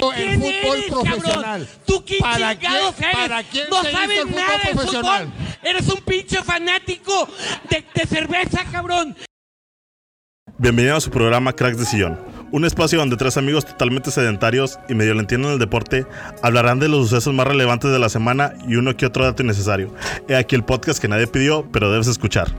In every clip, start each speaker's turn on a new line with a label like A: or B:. A: el
B: quién
A: fútbol
B: eres,
A: profesional?
B: cabrón? ¿Tú quién
A: ¿Para
B: chingados
A: quién-
B: eres?
A: para quién
B: no
A: se hizo
B: sabes
A: el fútbol
B: nada de
A: profesional?
B: fútbol. Eres un pinche fanático de, de cerveza, cabrón.
C: Bienvenido a su programa Cracks de Sillón, un espacio donde tres amigos totalmente sedentarios y medio le entienden el deporte hablarán de los sucesos más relevantes de la semana y uno que otro dato innecesario. He aquí el podcast que nadie pidió, pero debes escuchar.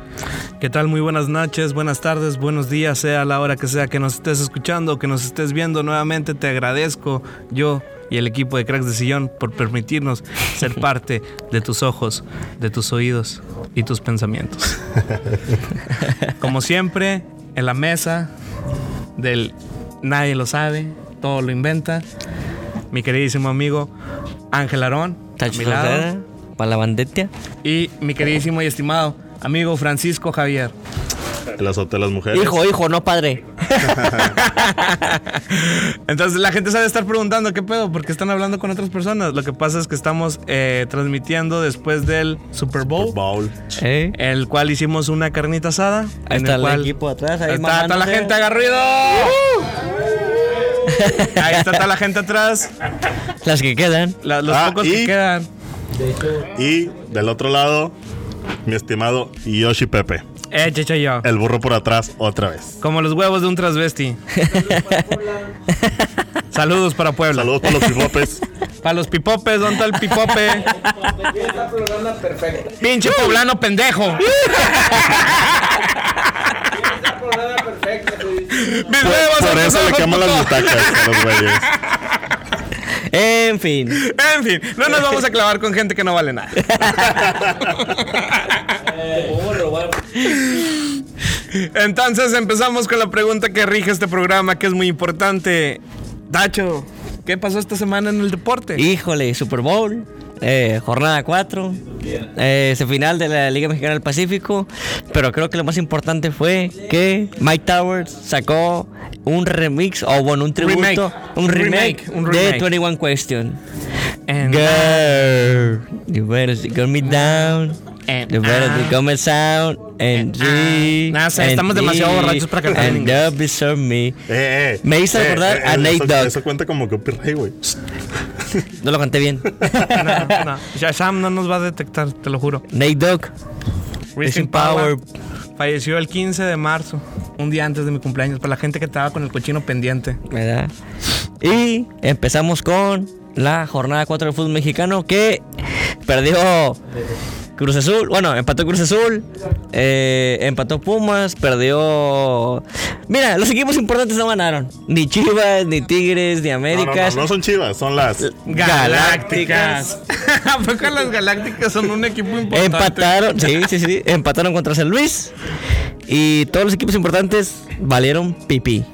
D: ¿Qué tal? Muy buenas noches, buenas tardes, buenos días, sea la hora que sea que nos estés escuchando, que nos estés viendo. Nuevamente te agradezco yo y el equipo de Cracks de Sillón por permitirnos ser parte de tus ojos, de tus oídos y tus pensamientos. Como siempre, en la mesa del nadie lo sabe, todo lo inventa, mi queridísimo amigo Ángel Arón, a mi lado,
E: Tachilorrera, Palabandetia.
D: y mi queridísimo y estimado amigo Francisco Javier.
C: El azote de las mujeres.
E: Hijo, hijo, no padre.
D: Entonces la gente sabe estar preguntando qué pedo, porque están hablando con otras personas. Lo que pasa es que estamos eh, transmitiendo después del Super Bowl,
C: Super Bowl.
E: ¿Eh?
D: el cual hicimos una carnita asada.
E: Ahí
D: en
E: está el
D: cual-
E: equipo atrás. Ahí
D: Ahí está toda la
E: mamándose.
D: gente, haga ruido. Ahí está toda la gente atrás,
E: Las que quedan.
D: la- los
C: Ah,
D: pocos
C: y-
D: que quedan.
C: Y del otro lado, mi estimado Yoshi Pepe,
D: Eh, chicho yo.
C: el burro por atrás otra vez.
D: Como los huevos de un transvesti. Saludos para Puebla.
C: Saludos para los pipopes.
D: Para los pipopes, ¿dónde está el pipope? Pinche poblano pendejo. Mis
C: Por,
D: huevos
C: por
D: a tus
C: eso le
D: ojos,
C: queman las
D: puto.
C: butacas a los güeyes.
E: En fin.
D: En fin, no nos vamos a clavar con gente que no vale nada. Entonces empezamos con la pregunta que rige este programa, que es muy importante. Dacho, ¿qué pasó esta semana en el deporte?
E: Híjole, Super Bowl. eh, jornada 4. ese final de la Liga Mexicana del Pacífico. Pero creo que lo más importante fue que Mike Towers sacó un remix, o bueno, un tributo,
D: Remake.
E: un
D: Un
E: remake,
D: remake, un remake.
E: de 21 Question.
D: And
E: Girl, you better gun me down.
D: And
E: you better
D: I-
E: gun me sound. And G.
D: I- Nah, sé,
E: and
D: Ah. estamos demasiado
E: D,
D: borrachos para cantar en
E: And
D: inglés.
E: love is on me.
C: Eh, eh,
E: Me hizo
C: eh,
E: acordar
C: eh,
E: a Nate
C: eso-
E: Dogg.
C: Eso cuenta como copyright, güey.
E: No lo canté bien.
D: No, no, ya Shazam no nos va a detectar, te lo juro.
E: Nate Dogg.
D: Rest in power. Falleció el 15 de marzo, un día antes de mi cumpleaños, para la gente que estaba con el cochino pendiente.
E: ¿verdad? Y empezamos con la jornada 4 del fútbol mexicano que perdió Cruz Azul. Bueno, empató Cruz Azul, eh, empató Pumas, perdió. Mira, los equipos importantes no ganaron: ni Chivas, ni Tigres, ni
C: No, no,
E: Américas.
C: no, no son chivas, son las.
E: Galácticas.
D: ¿A poco las Galácticas son un equipo importante?
E: Empataron, sí, sí, sí, empataron contra San Luis. Y todos los equipos importantes valieron pipí.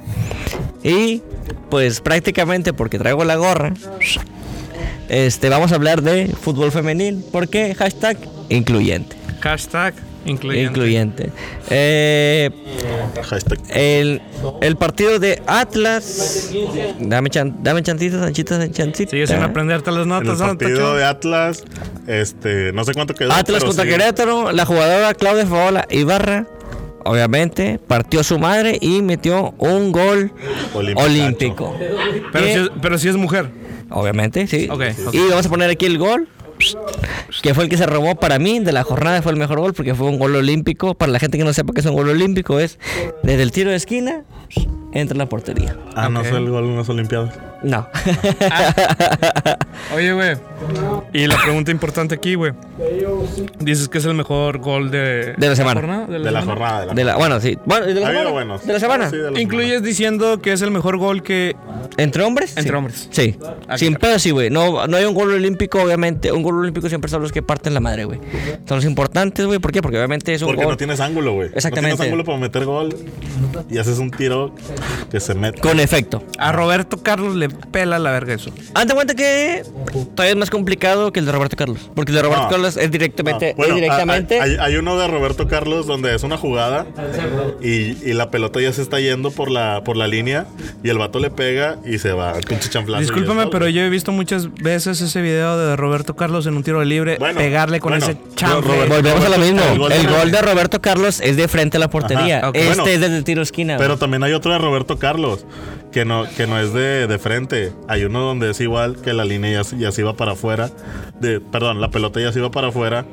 E: Y pues prácticamente porque traigo la gorra, este, vamos a hablar de fútbol femenil. porque Hashtag incluyente.
D: Hashtag incluyente.
E: Incluyente. Eh,
C: Hashtag.
E: el, el partido de Atlas. Dame, chan, dame chantitas, chanchitas, chanchitas.
D: Sigue sin aprenderte
C: En
D: las
C: el
D: notas, ¿no,
C: partido
D: Tacho?
C: de Atlas, este, no sé cuánto quedó.
E: Atlas
C: pero
E: contra
C: sí.
E: Querétaro, la jugadora Claudia Favola Ibarra, obviamente, partió su madre y metió un gol
C: Olímpico.
E: olímpico.
D: Pero,
E: Que,
D: si es, pero si es mujer.
E: Obviamente, sí.
D: Ok, ok.
E: Y vamos a poner aquí el gol, que fue el que se robó para mí de la jornada, fue el mejor gol porque fue un gol olímpico. Para la gente que no sepa qué es un gol olímpico, es desde el tiro de esquina, entra en la portería.
C: Ah, no
D: Ok.
C: fue el gol en las Olimpiadas.
E: No.
C: Ah.
D: Oye, güey. Y la pregunta importante aquí, güey. Dices que es el mejor gol de,
E: De la semana.
D: jornada,
C: De la
D: semana.
C: jornada. De la,
E: De la, bueno, sí. Bueno, de la
C: Ha habido
E: semana.
C: buenos.
E: De la semana.
C: Sí, de la
D: Incluyes diciendo que es el mejor gol que
E: ¿Entre hombres?
D: Entre
E: Sí.
D: hombres.
E: Sí.
D: Ah,
E: Sin pedo, sí, güey. No, no hay un gol olímpico, obviamente. Un gol olímpico siempre son los que parten la madre, güey. Son los importantes, güey. ¿Por qué? Porque obviamente es un
C: Porque
E: gol.
C: no tienes ángulo, güey. No
E: Exactamente.
C: tienes ángulo para meter gol y haces un tiro que se mete.
E: Con efecto.
D: a Roberto Carlos le pela la verga eso.
E: Hazte cuenta que todavía es más complicado que el de Roberto Carlos. Porque el de Roberto
C: No.
E: Carlos es directamente.
C: Ah, bueno,
E: es directamente.
C: ah, Hay, hay uno de Roberto Carlos donde es una jugada y, y la pelota ya se está yendo por la, por la línea y el vato le pega y se va. Pinche chanflazo. y es
D: Discúlpame,
C: gol,
D: pero
C: güey.
D: yo he visto muchas veces ese video de Roberto Carlos en un tiro libre,
C: Bueno,
D: pegarle con
C: bueno,
D: ese chanfle.
C: Roberto-
E: Volvemos a lo mismo.
C: el
E: El
C: gol
E: gol,
C: de-
E: de Roberto Carlos es de frente a la portería.
D: ok.
E: Este
C: Bueno,
E: es desde el tiro esquina.
C: Pero
E: güey.
C: también hay otro de Roberto Carlos que no, que no es de, de frente. Hay uno donde es igual que la línea ya, se- ya se iba para afuera. De, perdón, la pelota ya se iba para afuera.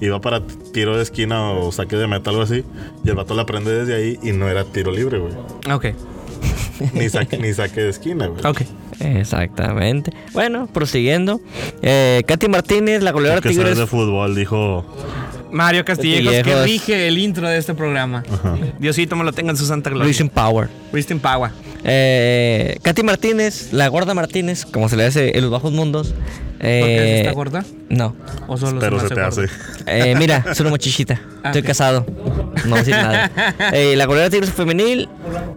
C: Iba para t- tiro de esquina o saque de meta, algo así. Y el vato la prende desde ahí y no era tiro libre, güey.
D: Ok,
C: Ni saque, ni saque de esquina, güey.
D: ok.
E: Exactamente. Bueno, prosiguiendo. Eh, Katy Martínez, la goleadora
C: Hay Que saber
E: Tigres.
C: de fútbol, dijo.
D: Mario Castillejos, que
E: Castillejos.
D: rige el intro de este programa.
C: Ajá.
D: Diosito me lo tenga en su santa gloria.
E: Luis Power.
D: Rest in power.
E: Eh, Katy Martínez, la gorda Martínez, como se le hace en los bajos mundos. Eh,
D: ¿Por qué está gorda?
E: No.
D: ¿O solo
C: Pero
D: me
C: se te
D: gorda?
C: hace.
E: Eh, mira, es una mochichita.
D: Ah,
E: Estoy
D: ok.
E: casado. No voy a decir nada. Eh, la goleadora Tigres Femenil,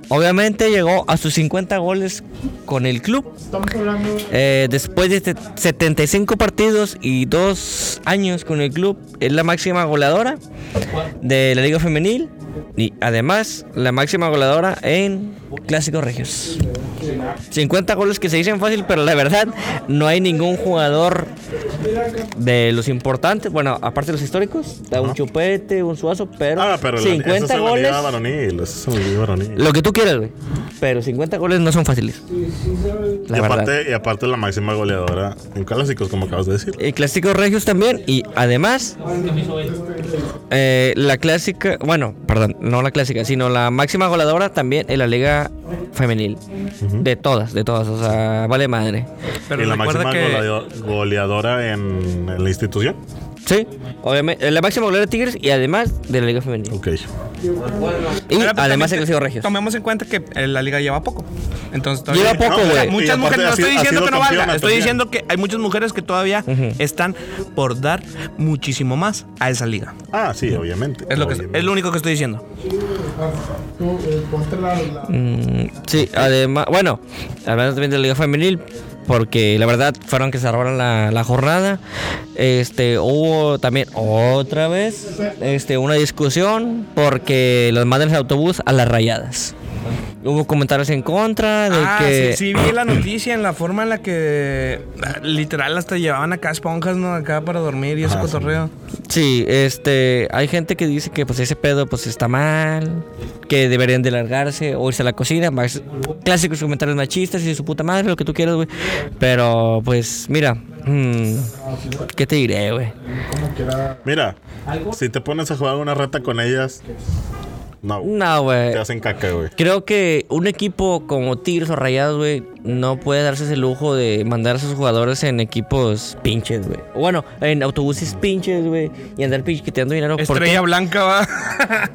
E: obviamente, llegó a sus 50 goles con el club. Eh, después de te- 75 partidos y dos años con el club, es la máxima goleadora de la Liga Femenil. Y además, la máxima goleadora en Clásicos Regios. 50 goles que se dicen fácil, pero la verdad no hay ningún jugador de los importantes, bueno, aparte de los históricos, da un chupete, un suazo, pero,
C: Ah, pero la-
E: 50
C: eso es en la
E: goles.
C: liga varonil. Eso es en la liga varonil.
E: Lo que tú quieras, güey. Pero 50 goles no son fáciles. La
C: y,
E: verdad.
C: aparte, y aparte la máxima goleadora en clásicos, como acabas de decir.
E: El clásico eh, Regios también. Y además, eh, la clásica, bueno, perdón, no la clásica, sino la máxima goleadora también en la liga femenil. De todas, de todas. O sea, vale madre.
D: Pero
C: y la
D: recuerda
C: máxima
D: que
C: goleo- goleadora en, en la institución.
E: Sí, obviamente. La máxima goleadora de Tigres y además de la liga femenil.
C: Ok.
E: Y
D: Pero, pues,
E: además el
D: también
E: clásico
D: te-
E: Regios.
D: Tomemos en cuenta que eh, la liga lleva poco. Entonces todavía-
E: Lleva poco,
D: O sea,
E: güey.
C: Y
D: Muchas
C: aparte
D: mujeres, no
C: ha
D: estoy
C: sido- ha
D: diciendo
C: sido
D: que no
C: campeona
D: valga, estoy
C: también.
D: diciendo que hay muchas mujeres que todavía
E: Ujú.
D: están por dar muchísimo más a esa liga.
C: Ah, sí, obviamente.
D: Es lo, que,
C: Obviamente.
D: es lo único que estoy diciendo.
E: Mm, sí, además, bueno, hablando también de la Liga Femenil, porque la verdad fueron que se robaron la, la jornada. Este, hubo también otra vez este, una discusión porque las madres de autobús a las rayadas. Hubo comentarios en contra de
D: Ah,
E: que.
D: sí, sí, vi la noticia en la forma en la que ah, literal hasta llevaban acá esponjas, ¿no? Acá para dormir y ese
C: Ajá, sí.
D: cotorreo.
E: Sí, este, hay gente que dice que pues ese pedo pues está mal, que deberían de largarse o irse a la cocina, más clásicos comentarios machistas y su puta madre, lo que tú quieras, güey. Pero pues mira, mm, ¿qué te diré, güey?
C: Mira, si te pones a jugar una rata con ellas, no, güey,
E: No, güey.
C: te hacen caca, güey.
E: Creo que un equipo como Tigres o Rayados, güey, no puede darse ese lujo de mandar a sus jugadores en equipos pinches, güey. Bueno, en autobuses pinches, güey, y andar piqueteando dinero. ¿Por qué?
D: Estrella blanca va.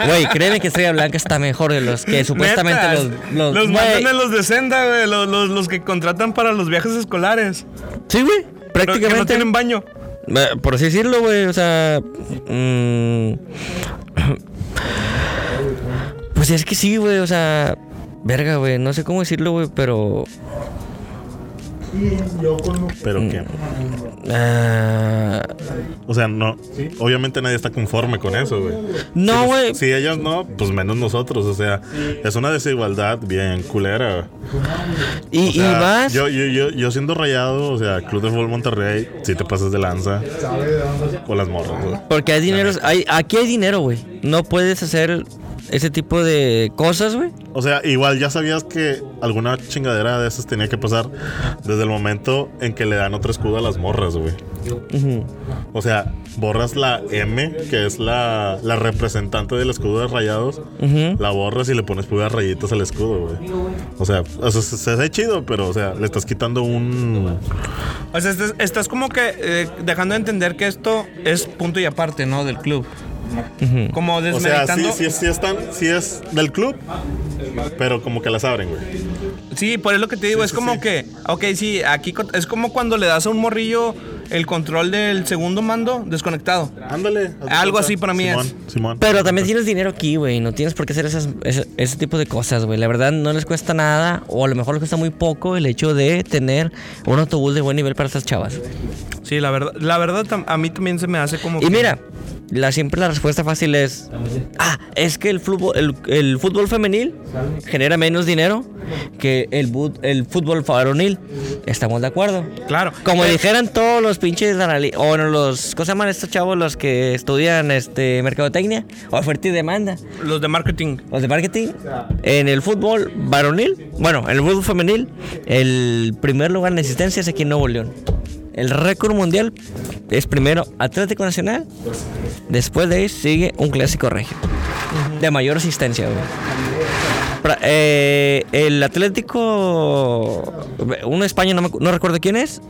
E: Güey, créeme que Estrella Blanca está mejor de los que supuestamente
D: Neta,
E: los. Los, güey.
D: mandan a los de senda, güey. Los, los- los que contratan para los viajes escolares.
E: Sí, güey.
D: Pero que no
E: Prácticamente.
D: tienen baño.
E: Eh, Por así decirlo, güey. O sea. mm, pues es que sí, güey. O sea. Verga, güey. No sé cómo decirlo, güey, pero.
C: Pero
D: Mm.
C: que,
E: ah,
C: o sea, no, obviamente nadie está conforme con eso, güey.
E: no, güey.
C: Si ellos no, pues menos nosotros, o sea, es una desigualdad bien culera. güey.
E: y,
C: O sea,
E: y más.
C: Yo, yo, yo, yo siendo rayado, o sea, Club de Fútbol Monterrey, si te pasas de lanza con las morras, güey.
E: Porque hay dinero. Hay, aquí hay dinero, güey. No puedes hacer ese tipo de cosas, güey.
C: O sea, igual ya sabías que alguna chingadera de esas tenía que pasar desde el momento en que le dan otro escudo a las morras, güey.
E: Ujú.
C: O sea, borras la M, que es la, la representante del escudo de rayados,
E: Ujú.
C: la borras y le pones puras rayitas al escudo, güey. O sea, eso se, se ve chido, pero, o sea, le estás quitando un...
D: O sea, estás, estás como que eh, dejando de entender que esto es punto y aparte, ¿no? Del club. Como
C: O sea, sí,
D: desmeritando.
C: sí, es- sí están, sí es del club, pero como que las abren, güey.
D: Sí, por eso lo que te digo, es como que, ok, sí, aquí co- es como cuando le das a un morrillo el control del segundo mando desconectado.
C: Ándale. haz de
D: Algo
C: cuenta.
D: así para mí
C: Simón,
D: es.
C: Simón.
E: Pero también tienes dinero aquí, güey. No tienes por qué hacer esas, ese, ese tipo de cosas, güey. La verdad, no les cuesta nada, o a lo mejor les cuesta muy poco el hecho de tener un autobús de buen nivel para estas chavas.
D: Sí, la verdad, la verdad tam- a mí también se me hace como
E: Y
D: que-
E: mira, La, siempre la respuesta fácil es, ah, es que el fútbol, el, el fútbol femenil genera menos dinero que el, bu- el fútbol varonil. Estamos de acuerdo.
D: Claro. Eh.
E: Como dijeran todos los pinches analistas, o bueno, los, ¿cómo se llaman estos chavos los que estudian este mercadotecnia? Oferta y demanda.
D: Los de marketing.
E: Los Pues, de marketing, en el fútbol varonil, bueno, en el fútbol femenil, el primer lugar en existencia es aquí en Nuevo León. El récord mundial es primero Atlético Nacional, después de ahí sigue un clásico regio, de mayor asistencia. güey. Pra- eh, el Atlético, uno de España, no, me acu- no recuerdo quién es,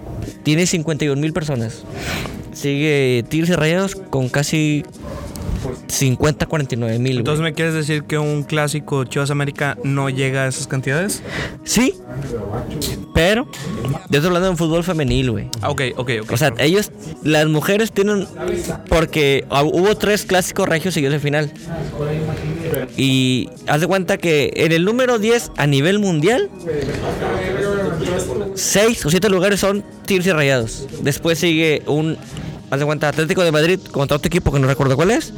E: tiene 51 mil personas. Sigue Tigres y Rayados con casi 50, 49 mil.
D: Entonces, ¿me quieres decir que un clásico Chivas América no llega a esas cantidades?
E: Sí. Pero, yo estoy hablando de un fútbol femenil, güey.
D: Ah, ok, ok, ok.
E: O sea, ellos, las mujeres tienen. Porque ah, hubo tres clásicos regios seguidos de final. Y haz de cuenta que en el número 10 a nivel mundial, seis o siete lugares son Tigres y Rayados. Después sigue un. Haz de cuenta Atlético de Madrid contra otro equipo que no recuerdo cuál es.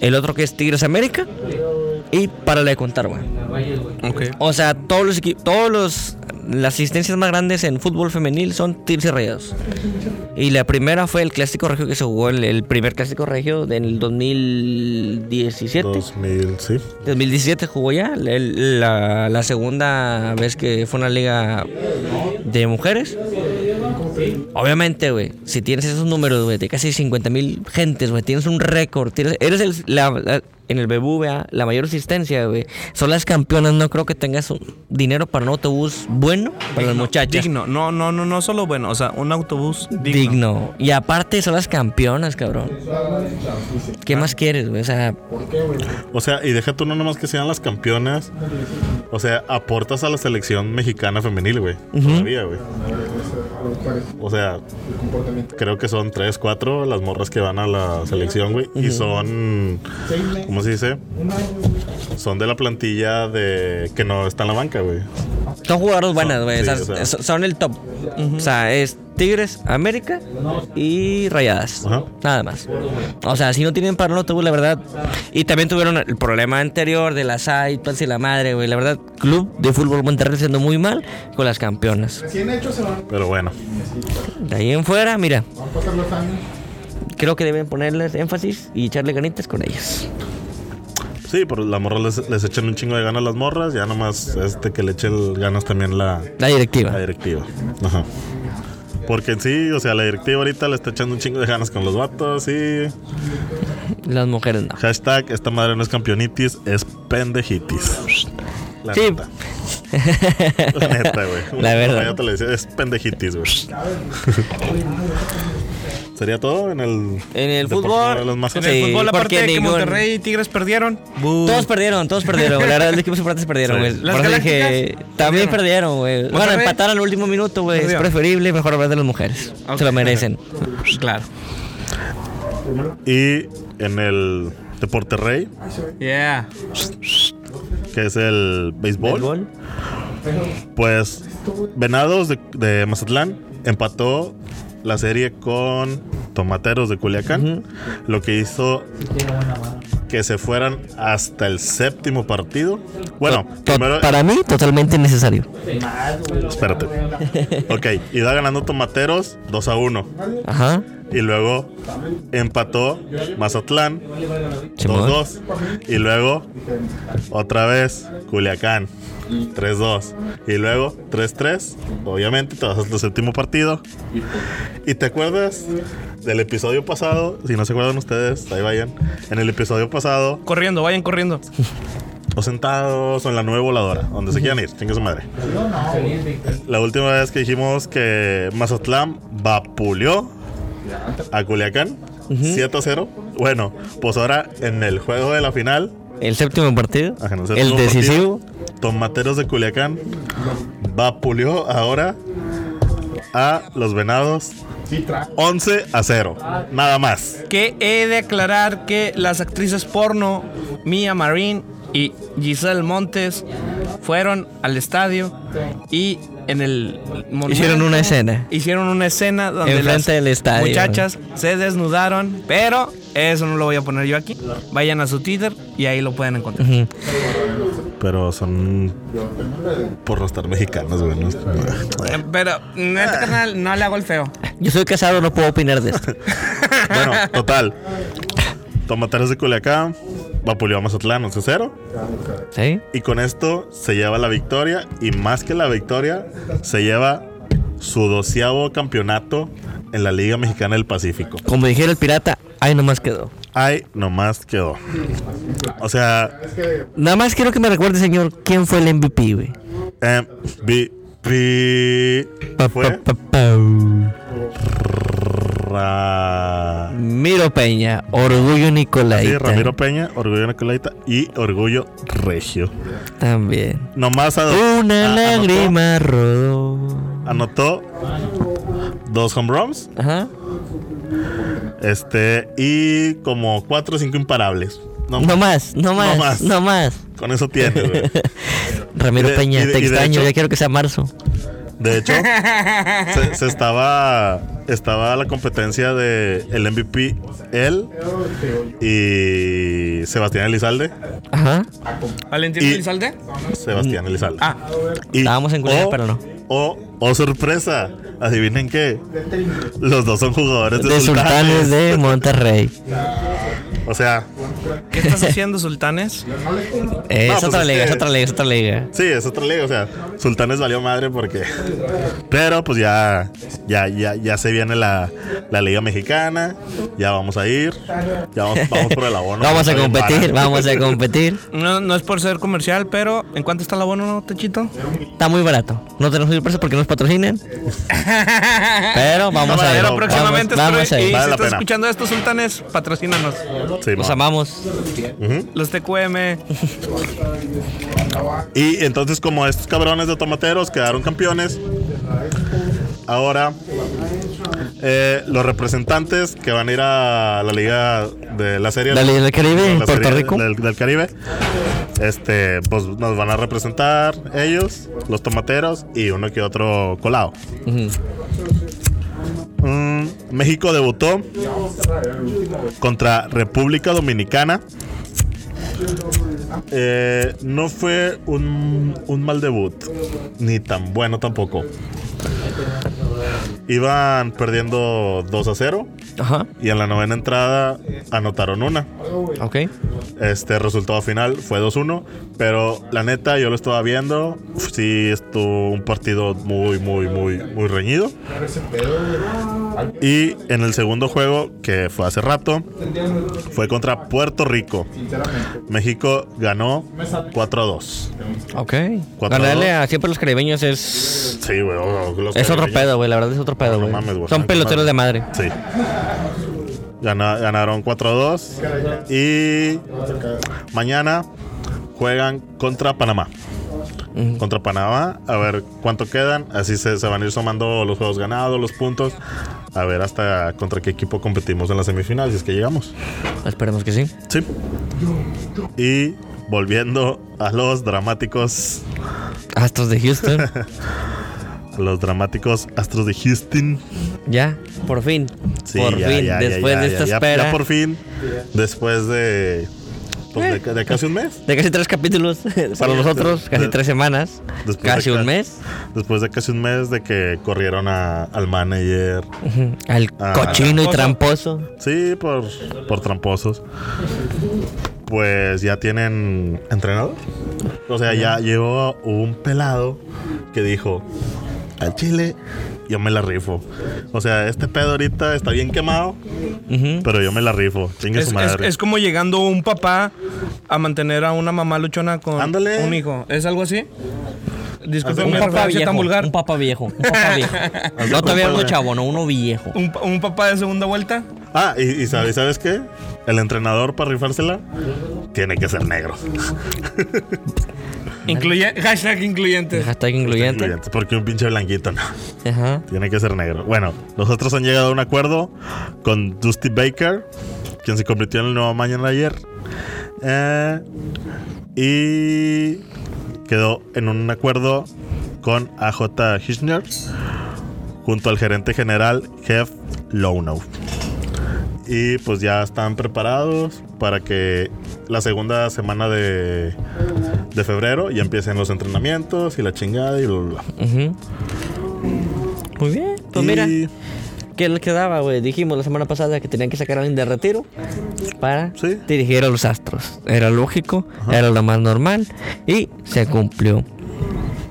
E: El otro que es Tigres América. Y para de contar, güey.
D: Ok.
E: O sea, todos los equi- todos los las asistencias más grandes en fútbol femenil son Tigres y Rayados. Y la primera fue el clásico regio que se jugó el, el primer clásico regio del 2017.
C: 2000, sí.
E: 2017 jugó ya el- el- la, la segunda vez que fue una liga de mujeres. Obviamente, güey, si tienes esos números, güey, de casi 50 mil gentes, güey, tienes un récord, tienes- eres el, la- la- en el BBVA la mayor asistencia, güey. Son las campeonas, no creo que tengas un dinero para un autobús bueno para las muchachas.
D: Digno. No, no, no, no solo bueno. O sea, un autobús digno.
E: Digno. Y aparte son las campeonas, cabrón.
D: Ah.
E: ¿Qué más quieres, güey? O sea,
C: O sea, y deja tú no nomás que sean las campeonas. O sea, aportas a la selección mexicana femenil, güey. Todavía, güey. O sea, creo que son tres, cuatro las morras que van a la selección, güey. Y son. ¿Cómo se dice? Son de la plantilla de. que no está en la banca, güey.
E: Son jugadores buenas, güey.
C: sí,
E: o sea,
C: o sea.
E: so- son el top. O sea, es Tigres, América y Rayadas.
C: Ajá.
E: Nada más. O sea, si no tienen para no tuvo la verdad. Y también tuvieron el problema anterior de las iPads y la madre, güey. La verdad, Club de Fútbol Monterrey siendo muy mal con las campeonas.
C: Pero bueno.
E: De ahí en fuera, mira. Creo que deben ponerles énfasis y echarle ganitas con ellas.
C: Sí, pero las morras les, les echan un chingo de ganas las morras. Ya nomás este que le echen el- ganas también la,
E: La directiva.
C: La directiva. Ajá. Porque en sí, o sea, la directiva ahorita le está echando un chingo de ganas con los vatos y.
E: Las mujeres no.
C: Hashtag, esta madre no es campeonitis, es pendejitis. La
E: Sí.
C: neta. La neta, güey.
E: La
C: Un
E: verdad.
C: compañero te lo decía, es pendejitis, güey. Sería todo en el.
E: En el
C: deporte
E: fútbol.
C: de los más-
D: En
E: Sí,
D: el fútbol, aparte
E: porque
D: de que
E: ningún-
D: Monterrey y Tigres perdieron. Bu.
E: Todos perdieron, todos perdieron. güey. La verdad, los equipos importantes perdieron,
C: Sí.
E: güey.
D: Las
E: Por eso dije,
D: Galácticas
E: también
D: perdieron.
E: perdieron, güey. Bueno,
D: Monterrey
E: empataron al último minuto, güey. Es
D: perdió.
E: preferible mejor hablar de las mujeres. Se lo merecen.
D: Claro.
C: Y en el deporte rey,
D: Yeah.
C: que es el béisbol. Pues Venados de, de Mazatlán empató la serie con Tomateros de Culiacán, lo que hizo que se fueran hasta el séptimo partido. Bueno,
E: To-
C: primero,
E: para mí, totalmente innecesario.
C: espérate. Ok, iba ganando Tomateros 2 a 1
E: Ajá.
C: y luego empató Mazatlán
E: Simón.
C: 2-2. Y luego, otra vez, Culiacán. 3-2. Y luego, 3-3. Obviamente, te vas hasta el séptimo partido. ¿Y te acuerdas del episodio pasado? Si no se acuerdan ustedes, ahí vayan. En el episodio pasado,
D: Corriendo, vayan corriendo.
C: o sentados, o en la nueva voladora, donde se quieran ir, chingue su madre. La última vez que dijimos que Mazatlán vapuleó a Culiacán. 7 0. Bueno, pues ahora en el juego de la final,
E: El séptimo partido.
C: Ajá, no sé,
E: el
C: tuvo partido.
E: decisivo.
C: Tomateros de Culiacán vapuleó ahora a los venados 11 a 0. Nada más.
D: Que he de aclarar que las actrices porno, Mia Marín y Giselle Montes, fueron al estadio y en el monumento
E: Hicieron una escena.
D: Hicieron una escena donde
E: Enfrente
D: las
E: del estadio.
D: muchachas se desnudaron, pero Eso no lo voy a poner yo aquí. Vayan a su Twitter y ahí lo pueden encontrar.
E: Ujú.
C: Pero son por no estar mexicanos, güey. ¿no?
D: Eh, Pero neta, carnal, no le hago el feo.
E: Yo soy casado, no puedo opinar de esto.
C: Bueno, total. Tomateros de Culiacán, Vapuleó a Mazatlán, 11-0.
E: ¿Sí?
C: Y con esto se lleva la victoria. Y más que la victoria, se lleva su doceavo campeonato en la Liga Mexicana del Pacífico.
E: Como dijera el pirata, ahí nomás quedó.
C: Ay, nomás quedó. O sea,
E: Nada más quiero que me recuerde, señor, quién fue el MVP, güey.
C: MVP
E: Pa,
C: em, fue
E: pa, pa, pau.
C: Ra-
E: Miro Peña, Orgullo Nicolaita.
C: Sí, Ramiro Peña, Orgullo Nicolaita y Orgullo Regio.
E: También.
C: Nomás a
E: Una
C: a-
E: lágrima rodó.
C: Anotó, anotó dos home runs
E: Ajá. este
C: este, y como cuatro o cinco imparables. No,
E: No más, no más, no
C: más.
E: más.
C: Con eso tiene, güey.
E: Ramiro
C: Y de-
E: Peña,
C: y de-
E: te
C: y de
E: extraño,
C: hecho-
E: ya quiero que sea marzo.
C: De hecho, se, se estaba estaba la competencia de el MVP él y Sebastián Elizalde.
E: Ajá.
D: ¿Valentín
C: Y-
D: Elizalde?
C: Sebastián Elizalde.
D: Ah,
C: Y-
E: Mm. estábamos en Culiacán, pero no.
C: O, o sorpresa, adivinen qué. Los dos son jugadores de,
E: De Sultanes de Monterrey.
C: O sea,
D: ¿qué estás haciendo, Sultanes?
E: Eh, es
C: No, pues
E: otra
C: es
E: liga, es
C: que-
E: otra liga, es otra liga.
C: sí, es otra liga. O sea, Sultanes valió madre porque. Pero pues ya, ya, ya, ya se viene la, la Liga Mexicana. Ya vamos a ir. Ya vamos, vamos por el abono.
E: vamos a
C: Está bien
E: competir,
C: barato.
E: vamos a competir.
D: No, no es por ser comercial, pero ¿en cuánto está el abono, Techito?
E: Está muy barato. No tenemos sorpresa porque nos patrocinan. Pero vamos a ver.
C: Caballero,
D: Pero
E: Vamos,
D: próximamente
E: vamos a
D: estoy, y
E: ir.
C: Vale
D: si
C: la
D: estás
C: pena.
D: escuchando esto, Sultanes, patrocínanos.
C: Sí,
E: Los
C: ma.
E: amamos.
C: Ujú.
D: Los TQM.
C: Y entonces, como estos cabrones de tomateros quedaron campeones, ahora eh, los representantes que van a ir a la Liga de la Serie
E: La Liga del Caribe,
C: la
E: Puerto
C: Serie
E: Rico.
C: Del, del Caribe, este, pues nos van a representar ellos, los tomateros y uno que otro colado. Mm, México debutó contra República Dominicana. Eh, no fue un, un mal debut, ni tan bueno tampoco. Iban perdiendo 2 a 0
E: Ajá.
C: y en la novena entrada anotaron una.
E: Ok.
C: Este resultado final fue 2-1, pero la neta yo lo estaba viendo, sí estuvo un partido muy muy muy muy reñido. Y en el segundo juego que fue hace rato fue contra Puerto Rico. México ganó 4-2.
E: Ok.
C: Cuatro,
E: Ganarle
C: dos.
E: a siempre los caribeños es.
C: Sí, güey. oh, los
E: Es otro
C: caribeños.
E: pedo, güey. La verdad es otro pedo,
C: No
E: güey.
C: mames, güey,
E: Son
C: no
E: peloteros
C: mames.
E: de madre.
C: Sí. Gana- ganaron 4-2 y mañana juegan contra Panamá. Contra Panamá, a ver cuánto quedan. Así se, se van a ir sumando los juegos ganados, los puntos. A ver hasta contra qué equipo competimos en la semifinal, si es que llegamos.
E: Esperemos que sí.
C: Sí. Y volviendo a los dramáticos,
E: Astros de Houston.
C: a los dramáticos Astros de Houston.
E: ya. Por fin.
C: Sí,
E: por
C: ya,
E: fin.
C: ya, ya,
E: Después
C: ya,
E: de
C: ya,
E: esta
C: ya,
E: espera.
C: ya por fin, después de, pues,
E: Eh.
C: de, de casi un mes.
E: De casi tres capítulos para
C: Sí,
E: nosotros,
C: de-
E: casi
C: de-
E: tres semanas,
C: después de
E: casi
C: ca-
E: un mes.
C: Después de casi un mes de que corrieron a- al manager.
E: Ujú, Al
C: Ah.
E: cochino y
D: Tramposo.
E: tramposo.
C: Sí, por, por tramposos. Pues ya tienen entrenador. O sea, ya llegó un pelado que dijo, al Chile yo me la rifo. O sea, este pedo ahorita está bien quemado,
E: Ujú.
C: pero yo me la rifo. Chingue
D: Es,
C: su
D: es-
C: madre.
D: es como llegando un papá a mantener a una mamá luchona con
C: Ándale.
D: un hijo. ¿Es algo así? Disculpen
E: Un
D: mi
E: papá
D: referencia
E: viejo.
D: tan vulgar.
E: Un papá viejo. Un papá viejo. no todavía uno chavo, no, uno viejo.
D: Un, pa- un papá de segunda vuelta.
C: Ah, y, y sabe- ¿sabes qué? El entrenador para rifársela tiene que ser negro.
D: Incluye, hashtag incluyente.
E: Hashtag incluyente.
C: Incluyente, Porque un pinche blanquito no.
E: Ajá.
C: Tiene que ser negro. Bueno, nosotros han llegado a un acuerdo con Dusty Baker, quien se convirtió en el nuevo manager. Eh, y quedó en un acuerdo con AJ Hitchner junto al gerente general Jeff Lonow. Y pues ya están preparados para que la segunda semana de, de febrero ya empiecen los entrenamientos y la chingada y bla, bla, bla.
E: Ujú. Muy bien. Pues
C: Y-
E: mira, ¿qué les quedaba, güey? Dijimos la semana pasada que tenían que sacar a alguien de retiro para
C: Sí.
E: dirigir a los astros. Era lógico, era lo más normal y se cumplió.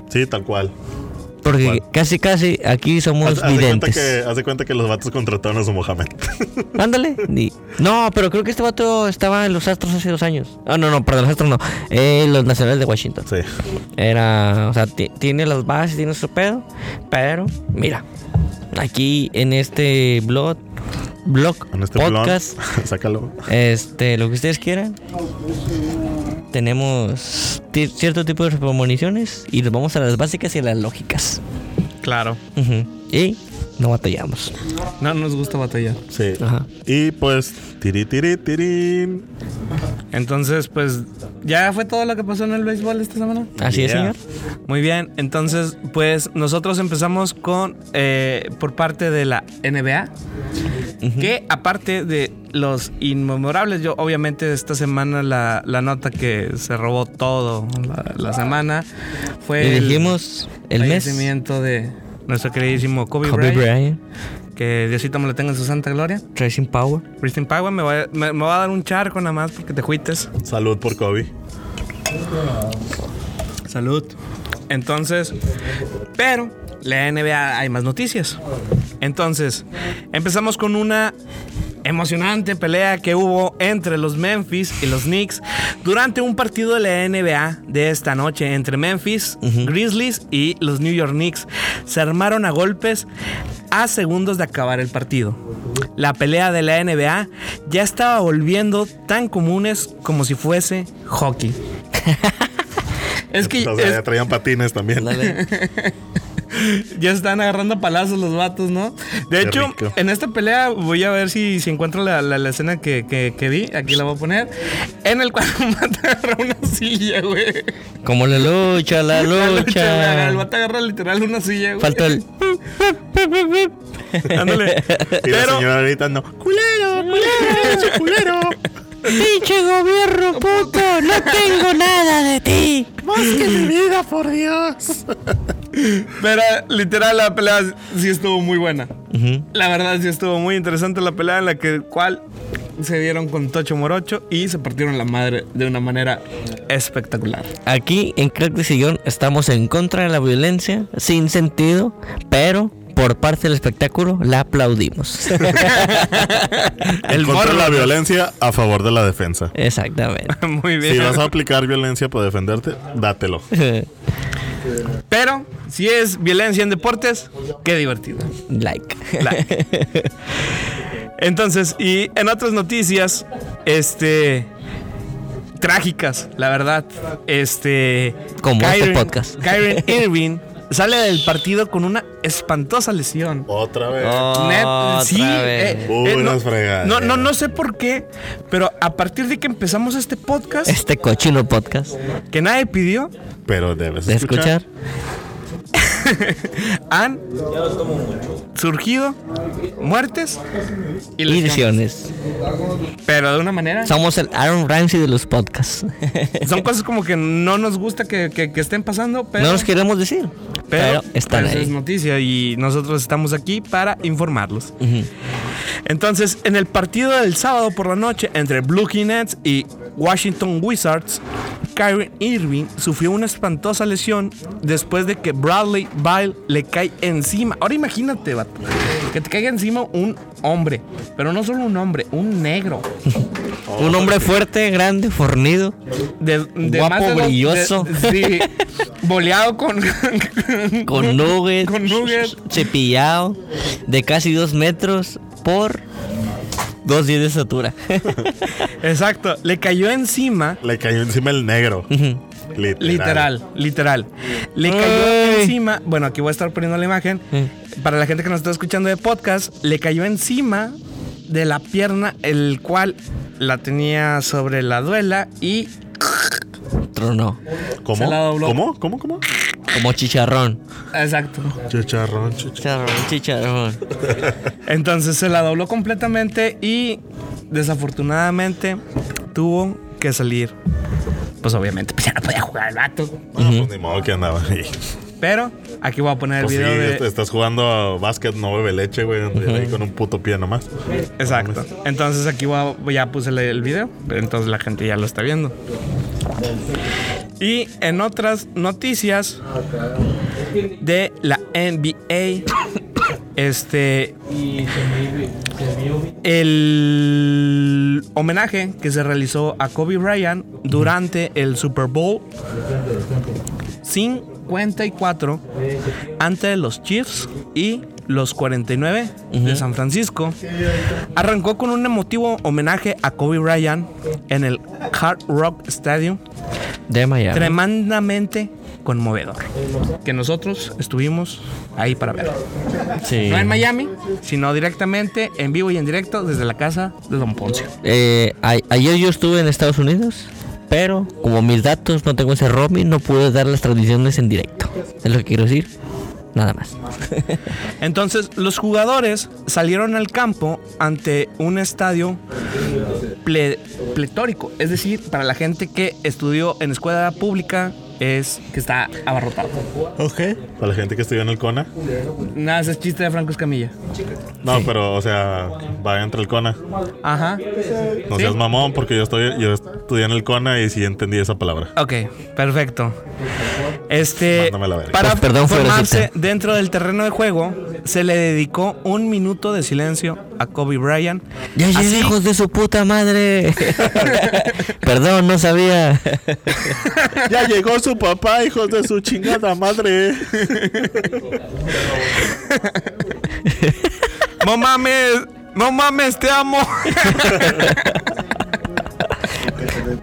C: Sí, tal cual.
E: Porque
C: ¿Cuál?
E: casi, casi aquí somos
C: Haz, haz de cuenta
E: videntes.
C: que, haz de cuenta que los vatos contrataron a su Mohamed.
E: Ándale. Ni- No, pero creo que este vato estaba en los astros hace dos años. Ah, no, no, perdón, los astros no. Eh, los nacionales de Washington.
C: sí.
E: Era, o sea, ti- tiene las bases, tiene su pedo. Pero, mira, aquí en este blog, blog
C: En este
E: podcast,
C: blon. Sácalo.
E: este, lo que ustedes quieran, tenemos ti- cierto tipo de premoniciones y nos vamos a las básicas y a las lógicas.
D: Claro.
E: Ujú. Y no batallamos.
D: No nos gusta batallar.
C: Sí.
E: Ajá.
C: Y pues, tiri, tiri, tirín.
D: Entonces, pues, ¿ya fue todo lo que pasó en el béisbol esta semana?
E: Así es,
C: Yeah.
E: señor.
D: Muy bien, entonces pues nosotros empezamos con eh, por parte de la NBA, que aparte de los inmemorables, yo obviamente esta semana la, la nota que se robó todo la, la semana fue
E: Le
D: el
E: dijimos el mes.
D: fallecimiento de nuestro queridísimo Kobe,
E: Kobe
D: Bryant,
E: Bryant,
D: que Diosito me lo tenga en su santa gloria.
E: Tracing Power.
D: Christine Power me va, me- me va a dar un charco nada más porque te juites.
C: Salud por Kobe.
D: Salud. Entonces, pero la NBA hay más noticias. Entonces, empezamos con una emocionante pelea que hubo entre los Memphis y los Knicks durante un partido de la NBA de esta noche entre Memphis, Grizzlies y los New York Knicks. Se armaron a golpes a segundos de acabar el partido. La pelea de la NBA ya estaba volviendo tan comunes como si fuese hockey. Es que
C: O sea,
D: es-
C: ya traían patines también.
E: Dale.
D: ya están agarrando a palazos los vatos, ¿no?
C: Qué
D: De hecho,
C: rico.
D: en esta pelea voy a ver si, si encuentro la, la- la escena que, que- que vi. Aquí la voy a poner. En el cual un vato agarra una silla, güey.
E: Como la lucha, la
D: güey, El
E: lucha.
D: vato agarra literal una silla, güey.
E: Faltó el.
D: Ándale.
C: Y la
D: Pero,
C: señora ahorita no.
E: ¡Culero, culero, culero! ¡Pinche gobierno, puto! ¡No tengo nada de ti!
C: Más que mi vida, por Dios.
D: pero, literal, la pelea sí estuvo muy buena. La verdad, sí estuvo muy interesante la pelea en la que cual se dieron con Tocho Morocho y se partieron la madre de una manera espectacular.
E: Aquí en Crack de Sillón estamos en contra de la violencia, sin sentido, pero por parte del espectáculo la aplaudimos.
C: El contra
D: morro.
C: la violencia a favor de la defensa.
E: Exactamente.
D: Muy bien.
C: Si vas a aplicar violencia para defenderte, dátelo.
D: Pero si es violencia en deportes, qué divertido.
E: like.
D: Entonces, y en otras noticias, este trágicas, la verdad, este
E: Como este podcast.
D: Kyrie Irving sale del partido con una espantosa lesión.
C: Otra vez.
D: Net-
E: Otra
D: sí,
E: vez.
D: eh, eh,
C: Puras
D: no,
C: fregaderas.
D: no, no, no sé por qué, pero a partir de que empezamos este podcast
E: Este cochino podcast
D: que nadie pidió,
C: Pero debes
E: de escuchar.
D: han surgido muertes y
E: Y lesiones.
D: lesiones. Pero de una manera.
E: Somos el Aaron Ramsey de los podcasts.
D: Son cosas como que no nos gusta que, que- que estén pasando, pero.
E: no los queremos decir, pero, están
D: pero eso es
E: ahí.
D: noticia y nosotros estamos aquí para informarlos.
E: Ujú.
D: Entonces, en el partido del sábado por la noche entre Blue Nets y Washington Wizards, Kyrie Irving sufrió una espantosa lesión después de que Bradley Bile le cae encima. Ahora imagínate, vato, que te caiga encima un hombre, pero no solo un hombre, un negro.
E: Un hombre fuerte, grande, fornido.
D: De, de
E: Guapo,
D: más de dos-
E: brilloso.
D: de- sí, boleado con.
E: Con nuggets.
D: Con nuggets.
E: Cepillado. De casi dos metros por dos diez de estatura.
D: Exacto, le cayó encima.
C: Le cayó encima el negro. Literal.
D: Literal, literal. Le cayó
E: Ay.
D: encima. Bueno, aquí voy a estar poniendo la imagen. Para la gente que nos está escuchando de podcast, le cayó encima de la pierna, el cual la tenía sobre la duela y
E: Tronó.
C: ¿Cómo?
D: Se la dobló.
C: ¿Cómo? ¿Cómo? ¿Cómo?
E: Como chicharrón.
D: Exacto.
C: Chicharrón, chicharrón.
E: Chicharrón, chicharrón.
D: Entonces se la dobló completamente y desafortunadamente tuvo que salir. Pues obviamente, pues ya no podía jugar el vato.
C: Bueno, pues ni modo que andaba ahí.
D: Pero aquí voy a poner
C: Pues sí,
D: el video de.
C: est- estás jugando a básquet, no bebe leche, güey. Ahí con un puto pie nomás.
D: Exacto. Entonces aquí va- ya puse el- el video, entonces la gente ya lo está viendo. Y en otras noticias de la NBA, este, el homenaje que se realizó a Kobe Bryant durante el Super Bowl 54 ante los Chiefs y los 49 de San Francisco. Arrancó con un emotivo homenaje a Kobe Bryant en el Hard Rock Stadium,
E: De Miami.
D: tremendamente conmovedor. Que nosotros estuvimos ahí para verlo.
E: Sí.
D: No en Miami, sino directamente en vivo y en directo desde la casa de Don Poncio.
E: Eh, a- ayer yo estuve en Estados Unidos, pero como mis datos no tengo ese roaming, no pude dar las transmisiones en directo. Es lo que quiero decir. Nada más.
D: Entonces, los jugadores salieron al campo ante un estadio ple- pletórico. Es decir, para la gente que estudió en escuela pública, es que está abarrotado.
C: Ok. Para la gente que estudió en el CONA.
D: Nada, ese es chiste de Franco Escamilla.
C: No, pero, o sea, va entre el CONA.
D: Ajá.
C: No
D: ¿Sí?
C: seas mamón, porque yo, estoy, yo estudié en el CONA y sí entendí esa palabra.
D: Ok, perfecto. Este,
C: Mándame la verga.
D: para
E: Pues, perdón,
D: formarse
E: florecita.
D: dentro del terreno de juego, se le dedicó un minuto de silencio a Kobe Bryant.
E: Ya
D: Así-
E: llegué, hijos de su puta madre. Perdón, no sabía.
C: ya llegó su papá, hijos de su chingada madre.
D: No mames, no mames, te amo.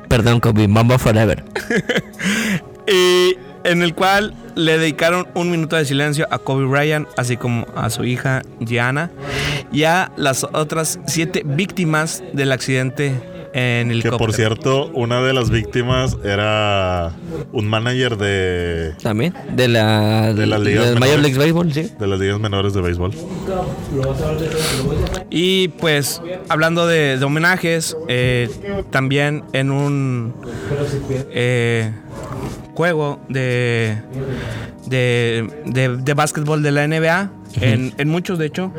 E: Perdón, Kobe. Mamba forever.
D: y en el cual le dedicaron un minuto de silencio a Kobe Bryant, así como a su hija Gianna y a las otras siete víctimas del accidente en el
C: Que por cierto, una de las víctimas era un manager de,
E: También. De la.
C: De las ligas
E: del Major
C: menores.
E: League Baseball, sí.
C: de las ligas menores de béisbol.
D: Y pues, hablando de, de homenajes, eh, también en un eh, juego de, de, de, de básquetbol de la NBA, en, en muchos de hecho,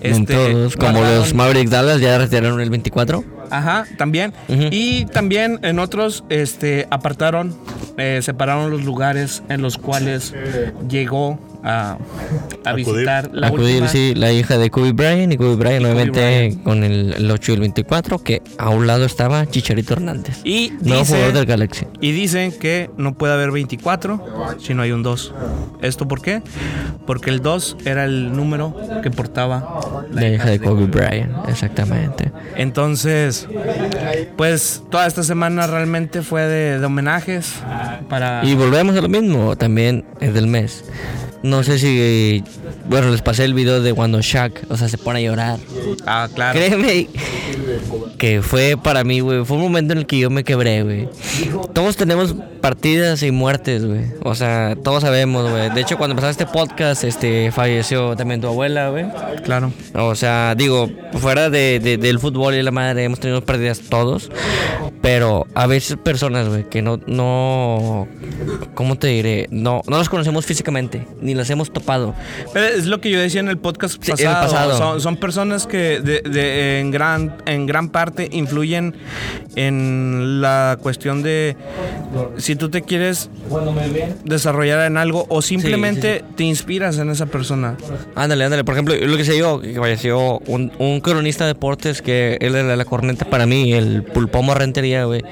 E: en
D: este,
E: todos. Como los
D: guardaron-
E: Mavericks Dallas ya retiraron el 24.
D: Ajá, también.
E: Ujú.
D: Y también en otros este, apartaron, eh, separaron los lugares en los cuales llegó a, a
C: Acudir.
D: visitar la
E: Acudir,
D: última.
E: sí, la hija de Kobe Bryant y Kobe Bryant, obviamente, con el, el 8 y el 24, que a un lado estaba Chicharito Hernández.
D: Y
E: Nuevo
D: dice,
E: jugador del Galaxy.
D: y dicen que no puede haber 24 si no hay un 2. ¿Esto por qué? Porque el 2 era el número que portaba
E: La hija de Kobe Bryant, exactamente.
D: Entonces, pues toda esta semana realmente fue de, de homenajes para...
E: Y volvemos a lo mismo, también es del mes. No sé si. Bueno, les pasé el video de cuando Shaq, o sea, se pone a llorar.
D: ah, claro.
E: Créeme que fue para mí, güey. Fue un momento en el que yo me quebré, güey. Todos tenemos partidas y muertes, güey. O sea, todos sabemos, güey. De hecho, cuando empezaba este podcast, este, falleció también tu abuela, güey.
D: Claro.
E: O sea, digo, fuera de, de- del fútbol y la madre, hemos tenido pérdidas todos. Pero a veces personas, güey, que no, no, ¿cómo te diré? No, no las conocemos físicamente, ni las hemos topado.
D: Pero es lo que yo decía en el podcast
E: Sí, en
D: pasado.
E: el pasado.
D: Son, son personas que de- de- en, gran, en gran parte influyen en la cuestión de si tú te quieres desarrollar en algo o simplemente te inspiras en esa persona.
E: Ándale, ándale. Por ejemplo, lo que sé yo, que falleció un, un cronista de deportes que él era la corneta para mí, el Pulpomo Rentería, güey.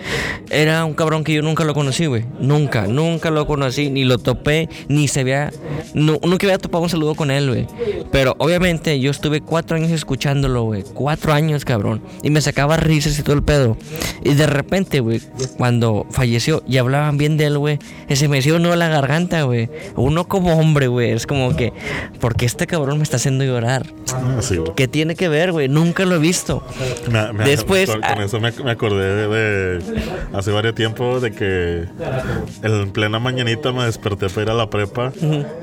E: Era un cabrón que yo nunca lo conocí, güey. Nunca, nunca lo conocí, ni lo topé, ni se había. No, nunca había topado un saludo con él, güey. Pero obviamente yo estuve cuatro años escuchándolo, güey. Cuatro años, cabrón. Y me sacaba risas y todo el pedo. Y de repente, güey, cuando falleció y hablaban bien de él, güey, se me hacía uno la garganta, güey. Uno como hombre, güey. Es como que, porque este cabrón me está haciendo llorar?
C: Ah, sí, güey.
E: ¿Qué tiene que ver, güey? Nunca lo he visto.
C: Me- me-
E: Después,
C: Con, con
E: ah.
C: eso me, me acordé de, de hace, hace varios tiempo de que en plena mañanita me desperté para ir a la prepa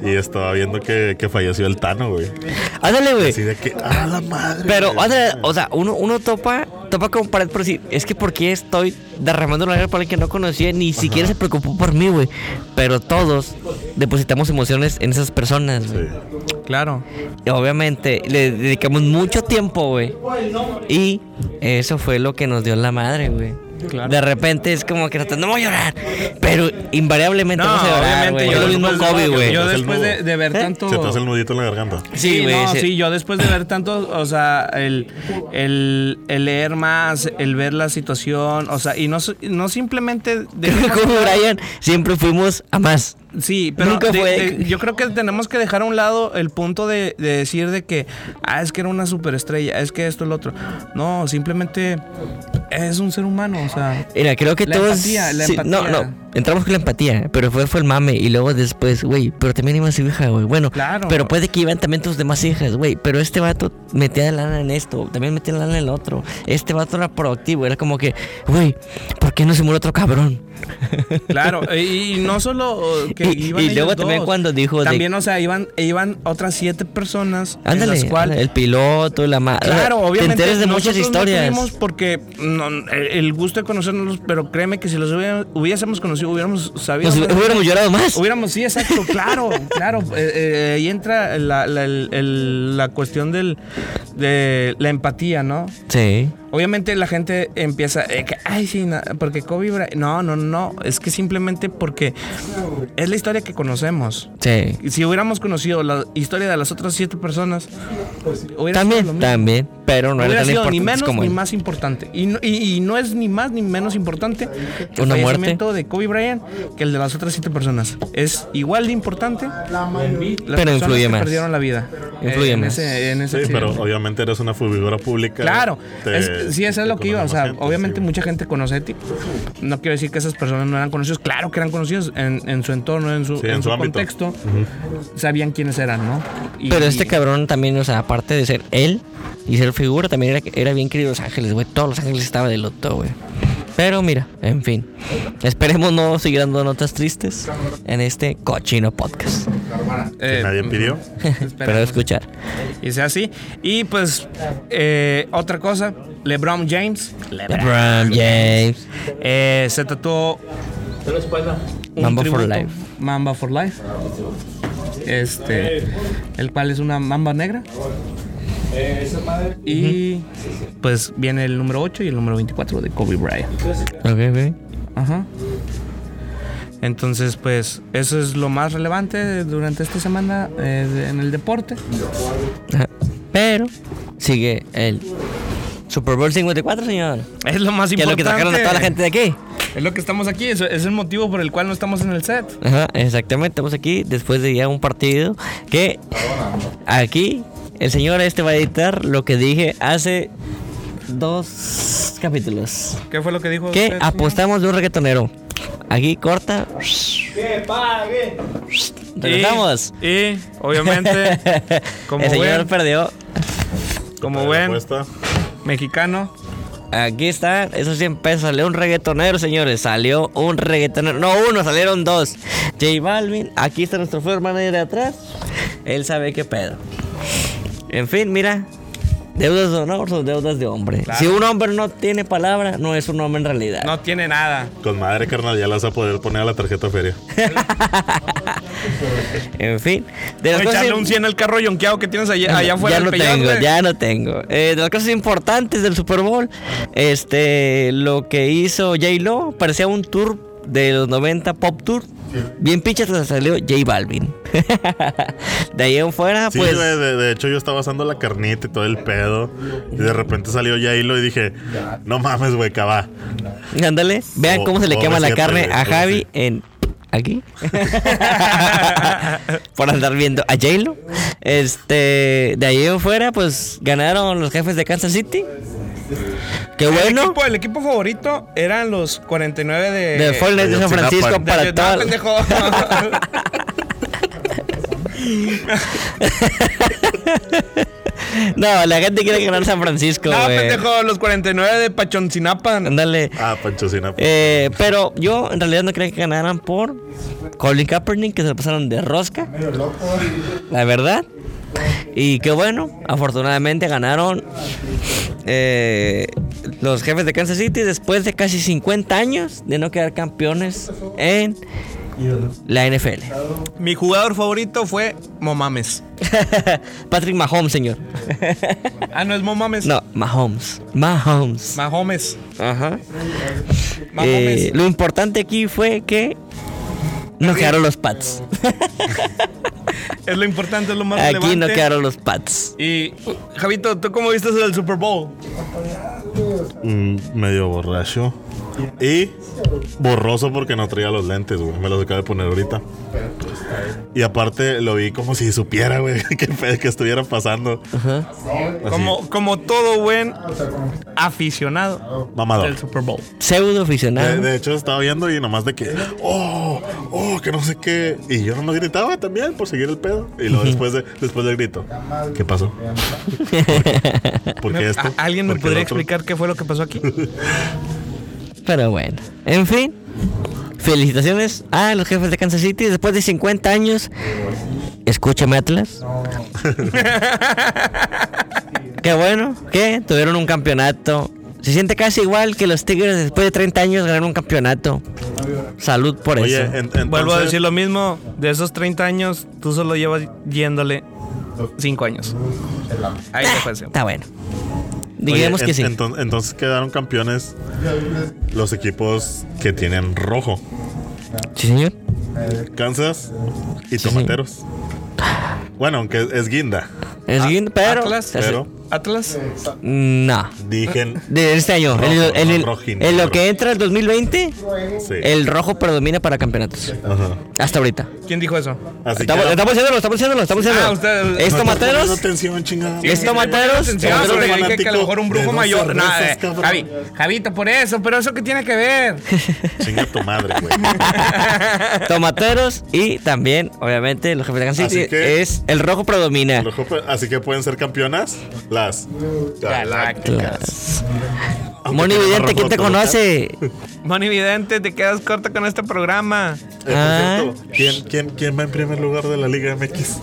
C: y estaba viendo que, que falleció el Tano, güey.
E: Ándale, güey.
C: Así de que, ¡ah, la madre!
E: Pero,
C: güey!
E: o sea, o sea, uno, uno topa, topa con pared por decir, es que porque estoy derramando una lágrima para alguien que no conocía, ni siquiera se preocupó por mí, güey. Pero todos depositamos emociones en esas personas, güey.
C: Sí.
D: Claro.
E: Y Obviamente, le dedicamos mucho tiempo, güey. Y eso fue lo que nos dio la madre, güey.
D: Claro.
E: De repente es como que nosotros, no voy a llorar, pero invariablemente
D: No,
E: vamos a llorar,
D: obviamente.
E: güey.
D: Yo,
E: Es lo mismo
D: después,
E: Kobe, güey.
D: yo
C: Es el
D: después de,
C: nudo.
D: de ver
E: ¿Eh?
D: tanto.
C: Se te hace el nudito en la garganta.
E: Sí, güey.
D: no,
E: se-
D: sí, yo después de ver tanto, o sea, el, el, el leer más, el ver la situación, o sea, y no, so- no simplemente... De,
E: Como Brian, siempre fuimos a más.
D: sí, pero
E: Nunca
D: de-
E: fue-
D: de- yo creo que tenemos que dejar a un lado el punto de, de decir de que, ah, es que era una superestrella, es que esto, el otro. No, simplemente es un ser humano, o sea...
E: Mira, creo que
D: La
E: todos.
D: empatía, la
E: No,
D: empatía.
E: no. Entramos con la empatía, ¿eh? pero fue, fue el mame. Y luego después, güey, pero también iba su hija, güey. Bueno,
D: Claro.
E: pero puede que iban también tus demás hijas, güey. Pero este vato metía lana en esto, también metía lana en el otro. Este vato era proactivo, era como que, güey, ¿por qué no se murió otro cabrón?
D: Claro, y, y no solo eh, que
E: Y-
D: iban
E: y
D: ellos
E: luego también
D: dos,
E: cuando dijo de-
D: También, o sea, iban, iban otras siete personas. en
E: Ándale,
D: las cuales-
E: ándale, el piloto, la madre.
D: Claro, obviamente.
E: Te enteras de muchas
D: nosotros no
E: historias.
D: tuvimos porque no, el, el gusto de conocernos, pero créeme que si los hubiera- hubiésemos conocido, hubiéramos sabido.
E: Nos
D: más.
E: hubiéramos llorado más.
D: Hubiéramos, sí, exacto, claro, claro. eh, eh, ahí entra la, la- el- el- la cuestión del, de la empatía, ¿no?
E: Sí.
D: Obviamente la gente empieza, eh, que, ay, sí, na- porque Kobe Bryant. No, no, no, es que simplemente porque es la historia que conocemos.
E: Sí.
D: Si hubiéramos conocido la historia de las otras siete personas, hubiera sido lo
E: También,
D: mismo.
E: también, pero no era
D: Hubiera
E: tan
D: sido ni
E: importante
D: menos
E: como
D: ni
E: él.
D: más importante. Y no, y- y no es ni más ni menos importante el
E: Una muerte.
D: fallecimiento de Kobe Bryant que el de las otras siete personas. Es igual de importante, las
E: Pero
D: personas
E: influye
D: que
E: más.
D: perdieron la vida.
E: Influye
D: eh, en
E: más.
D: ese- en ese
C: Sí, pero
D: accidente.
C: obviamente eres una figura pública.
D: Claro,
C: Te-
D: es- sí, eso es lo
C: te
D: que iba. O
C: conoce
D: sea,
C: más gente,
D: obviamente
C: sí,
D: mucha gente conoce a ti. No quiero decir que esas personas no eran conocidas. Claro que eran conocidos en, en su entorno, en su,
C: Sí,
D: en
C: en
D: su,
C: su ámbito.
D: contexto. Sabían quiénes eran, ¿no? Y-
E: Pero este cabrón también, o sea, aparte de ser él y ser figura, también era, era bien querido Los Ángeles, güey. Todos Los Ángeles estaba de luto, güey. Pero mira, en fin. Esperemos no seguir dando notas tristes en este cochino podcast.
C: que
D: eh,
C: Nadie pidió.
D: esperemos
E: Pero este escuchar.
D: y sea así. Y pues, eh, otra cosa, LeBron James
E: LeBron James.
D: eh, se tatuó. un
E: Mamba for
D: tributo,
E: Life.
D: Mamba for Life. Este, el cual es una mamba negra. Y pues viene el número 8 y el número 24 de Kobe Bryant.
E: Ok, güey.
D: Ajá. Entonces, pues eso es lo más relevante durante esta semana eh, de- en el deporte.
E: Ajá. Pero sigue el Super Bowl 54, señor.
D: Es lo más
E: Que es lo que sacaron a toda la gente de aquí.
D: Es lo que estamos aquí, es, es el motivo por el cual no estamos en el set.
E: Ajá, exactamente, estamos aquí después de ya un partido que aquí el señor este va a editar lo que dije hace dos capítulos.
D: ¿Qué fue lo que dijo?
E: Que
D: usted, señor?
E: apostamos de un reggaetonero. Aquí corta. Regresamos.
D: Y, y, obviamente, como
E: el señor
D: buen-
E: perdió.
D: como buen
C: Apuesta.
D: mexicano,
E: Aquí están esos 100 pesos. Salió un reggaetonero, señores. Salió un reggaetonero. No uno, salieron dos. J Balvin. Aquí está nuestro floor manager de atrás. Él sabe qué pedo. En fin, mira. Deudas de honor son deudas de hombre.
D: Claro.
E: Si un hombre no tiene palabra, no es un hombre en realidad.
D: no tiene nada.
C: Con madre, carnal, ya la vas a poder poner a la tarjeta feria.
E: En fin. De las
D: Voy a
E: cosas
D: echarle
E: im-
D: un 100 al carro yonqueado que tienes allá, allá afuera.
E: ya
D: del
E: no
D: peyote.
E: tengo, ya no tengo. Eh, de las cosas importantes del Super Bowl, este, lo que hizo J Lo parecía un tour de los 90 pop tour. Bien pinche hasta que salió J Balvin. de ahí en fuera,
C: Sí,
E: pues.
C: güey, de, de hecho yo estaba asando la carnita y todo el pedo. Y de repente salió Yailo y dije, no mames, güey, cabá.
E: Ándale, vean
C: O-
E: cómo se le
C: o
E: quema la
C: reciente,
E: carne
C: güey,
E: a
C: todo
E: Javi
C: así.
E: en. ¿Aquí? Por andar viendo a J-Lo. Este. De ahí en fuera, pues ganaron los jefes de Kansas City. Qué
D: El,
E: bueno.
D: equipo, el equipo favorito eran los 49 de.
E: De Fortnite de
C: de
E: San Francisco
C: Oxinapan.
E: para
D: de- Eh, no,
E: toda-
D: pendejo.
E: No, la gente quiere ganar San Francisco,
D: No,
E: güey.
D: pendejo, los 49 de Pachoncinapa.
E: Ándale.
C: Ah, Pancho Sinapa.
E: Eh, pero yo en realidad no creía que ganaran por Colin Kaepernick, que se lo pasaron de rosca. La verdad. Y que bueno, afortunadamente ganaron eh, los jefes de Kansas City después de casi 50 años de no quedar campeones en la NFL.
D: Mi jugador favorito fue Momames.
E: Patrick Mahomes, señor.
D: Ah, no es Momames.
E: No, Mahomes. Mahomes.
D: Mahomes.
E: Ajá.
D: Mahomes.
E: Eh, lo importante aquí fue que no quedaron los Pats.
D: es lo importante, es lo más
E: Aquí
D: relevante.
E: no quedaron los Pats.
D: Y, uh, Javito, ¿tú cómo viste el Super Bowl?
C: Mm, medio borracho. Y borroso porque no traía los lentes, güey. Me los acabo de poner ahorita. Y aparte lo vi como si supiera, güey, que, que estuviera pasando. Así,
D: Como, como todo buen aficionado
C: Mamador.
D: del Super Bowl.
E: Pseudo
C: De,
E: aficionado.
C: de hecho, estaba viendo y nomás de que, oh, oh, que no sé qué. Y yo nomás gritaba también por seguir el pedo. Y luego después, de, después del grito, ¿qué pasó? ¿Por qué esto?
D: ¿A- ¿Alguien me
C: ¿Por qué
D: podría
C: lo otro?
D: explicar qué fue lo que pasó aquí?
E: Pero bueno. En fin. Felicitaciones a los jefes de Kansas City. Después de 50 años. Escúchame, Atlas. Qué bueno que tuvieron un campeonato. Se siente casi igual que los Tigres después de 30 años ganaron un campeonato. Salud por
C: Oye,
E: eso.
C: en- entonces,
D: Vuelvo a decir lo mismo. De esos 30 años, tú solo llevas yéndole 5 años. Ahí te fue.
E: Está bueno.
C: oye,
E: Digamos que
C: en-
E: sí.
C: enton- entonces quedaron campeones los equipos que tienen rojo.
E: Sí, señor.
C: Kansas y
E: Sí.
C: Tomateros. Bueno, aunque es, es guinda.
E: Es guin- pero.
D: Atlas,
C: Ah, Pero
D: Atlas.
E: No.
C: dije,
E: De este año.
C: Rojo,
E: en, el- en el-
C: no, rojinegro.
E: en lo que entra el 2020,
C: sí.
E: el rojo predomina para campeonatos.
C: Ajá.
E: Hasta ahorita.
D: ¿Quién dijo eso?
C: Así
E: Estamos,
C: que-
E: estamos haciéndolo, estamos haciéndolo, estamos haciéndolo.
D: Ah, ustedes-
E: es
C: No estás poniendo
E: tomateros.
C: atención, chingada.
E: Es tomateros.
D: Sí,
C: Pero eres
D: pero le dije que a
C: fanático
D: lo mejor un
C: de
D: brujo
C: dos
D: mayor. No,
C: cervezas,
D: eh,
C: cabrón.
D: Javi, Javito, por eso, pero eso que tiene que ver.
C: Chinga tu madre, güey.
E: Tomateros y también, obviamente, los jefes de Kansas
C: Así
E: City
C: que-
E: es el rojo predomina.
C: Los Hopper- Así que pueden ser campeonas las galácticas.
E: Claras.
C: Aunque
E: Moni
C: tiene más
E: Vidente,
C: rojo
E: ¿quién te
C: todo, ¿eh?
E: conoce?
D: Moni Vidente, te quedas corta con este programa.
C: Eh, por
E: Ah.
C: cierto, ¿quién, quién, ¿Quién va en primer lugar de la Liga MX?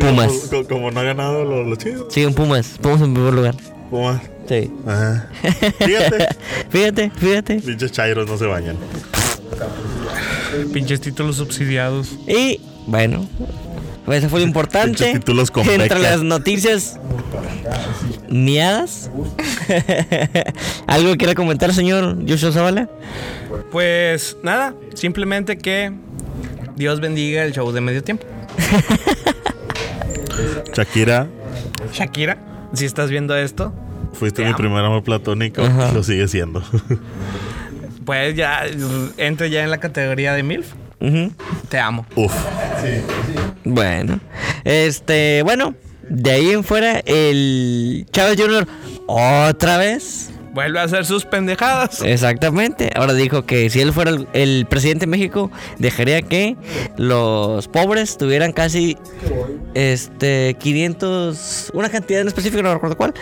E: Pumas.
C: Como, como no ha ganado lo, lo chido.
E: Sí, un Pumas. Pumas en primer lugar.
C: Pumas.
E: Sí.
C: Ajá. Fíjate.
E: fíjate, fíjate.
C: Pinches chairos no se bañan.
D: Pinches títulos subsidiados.
E: Y bueno, eso fue lo importante.
C: Pinches títulos con
E: Entre
C: becas.
E: las noticias miadas. ¿Algo que quiera comentar, señor Joshua Zavala?
D: Pues nada, simplemente que Dios bendiga el show de medio tiempo.
C: Shakira,
D: Shakira, si estás viendo esto,
C: fuiste
D: Te
C: mi
D: amo.
C: primer amor platónico.
E: Ajá.
C: Lo sigue siendo.
D: pues ya entre ya en la categoría de MILF.
E: Ujú.
D: Te amo.
C: Uf.
E: Bueno, este, bueno, de ahí en fuera, el Chávez Jr. otra vez.
D: Vuelve a hacer sus pendejadas.
E: Exactamente. Ahora dijo que si él fuera el, el presidente de México, dejaría que los pobres tuvieran casi este 500, una cantidad en específico, no recuerdo cuál,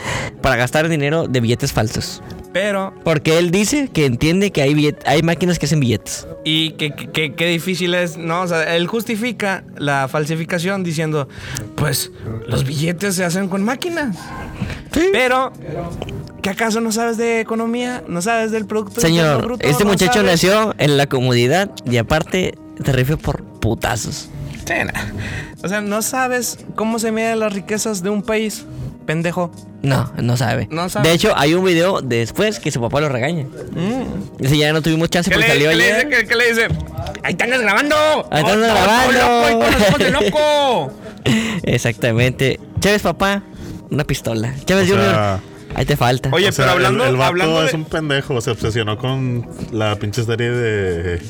E: para gastar dinero de billetes falsos.
D: Pero,
E: Porque él dice que entiende que hay billet- hay máquinas que hacen billetes.
D: y qué que, que- qué difícil es, ¿no? O sea, él justifica la falsificación diciendo, pues los billetes se hacen con máquinas. Pero, ¿qué acaso no sabes de economía? ¿No sabes del Producto Interno
E: Señor,
D: Bruto?
E: este
D: ¿No
E: muchacho
D: sabes?
E: nació en la comodidad y aparte te rifle por putazos.
D: Sí, nah. O sea, no sabes cómo se miden las riquezas de un país, pendejo.
E: No, no sabe.
D: No sabe.
E: De hecho, hay un video después que su papá lo regaña.
D: Mm.
E: Dice, ya no tuvimos chance
D: ¿Qué
E: porque
D: le,
E: salió
D: qué le
E: ayer.
D: dice? ¿Qué, qué le dice? ¡Ahí te andas grabando!
E: Ahí te andas
D: ¡Oh,
E: grabando!
D: ¡Loco, ahí con los ojos de loco!
E: Exactamente. Chávez, papá, una pistola. Chávez
C: O
E: Junior,
C: sea,
E: ahí te falta.
D: Oye,
C: O sea,
D: pero hablando,
C: el, el vato
D: hablando de...
C: es un pendejo, se obsesionó con la pinche serie de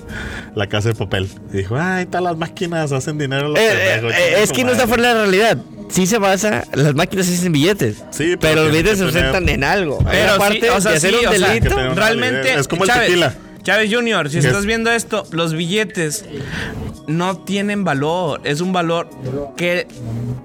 C: La Casa de Papel. Y dijo, ay, están las máquinas, hacen dinero los
E: Eh, eh,
C: pendejos.
E: eh,
C: chinga
E: es
C: su
E: que no está
C: madre".
E: fuera de la realidad. Sí se basa, las máquinas sí hacen billetes.
C: Sí, pero
E: pero los
C: tienen
E: billetes se
C: que tener-
E: sustentan en algo.
D: Pero sí,
E: aparte
D: o sea,
E: de hacer
D: sí,
E: un
D: o sea,
E: delito.
C: que tenemos
D: Realmente,
C: Es como el
D: Chávez,
C: tequila.
D: Chávez Jr., si
C: Es-
D: estás viendo esto, los billetes no tienen valor. Es un valor que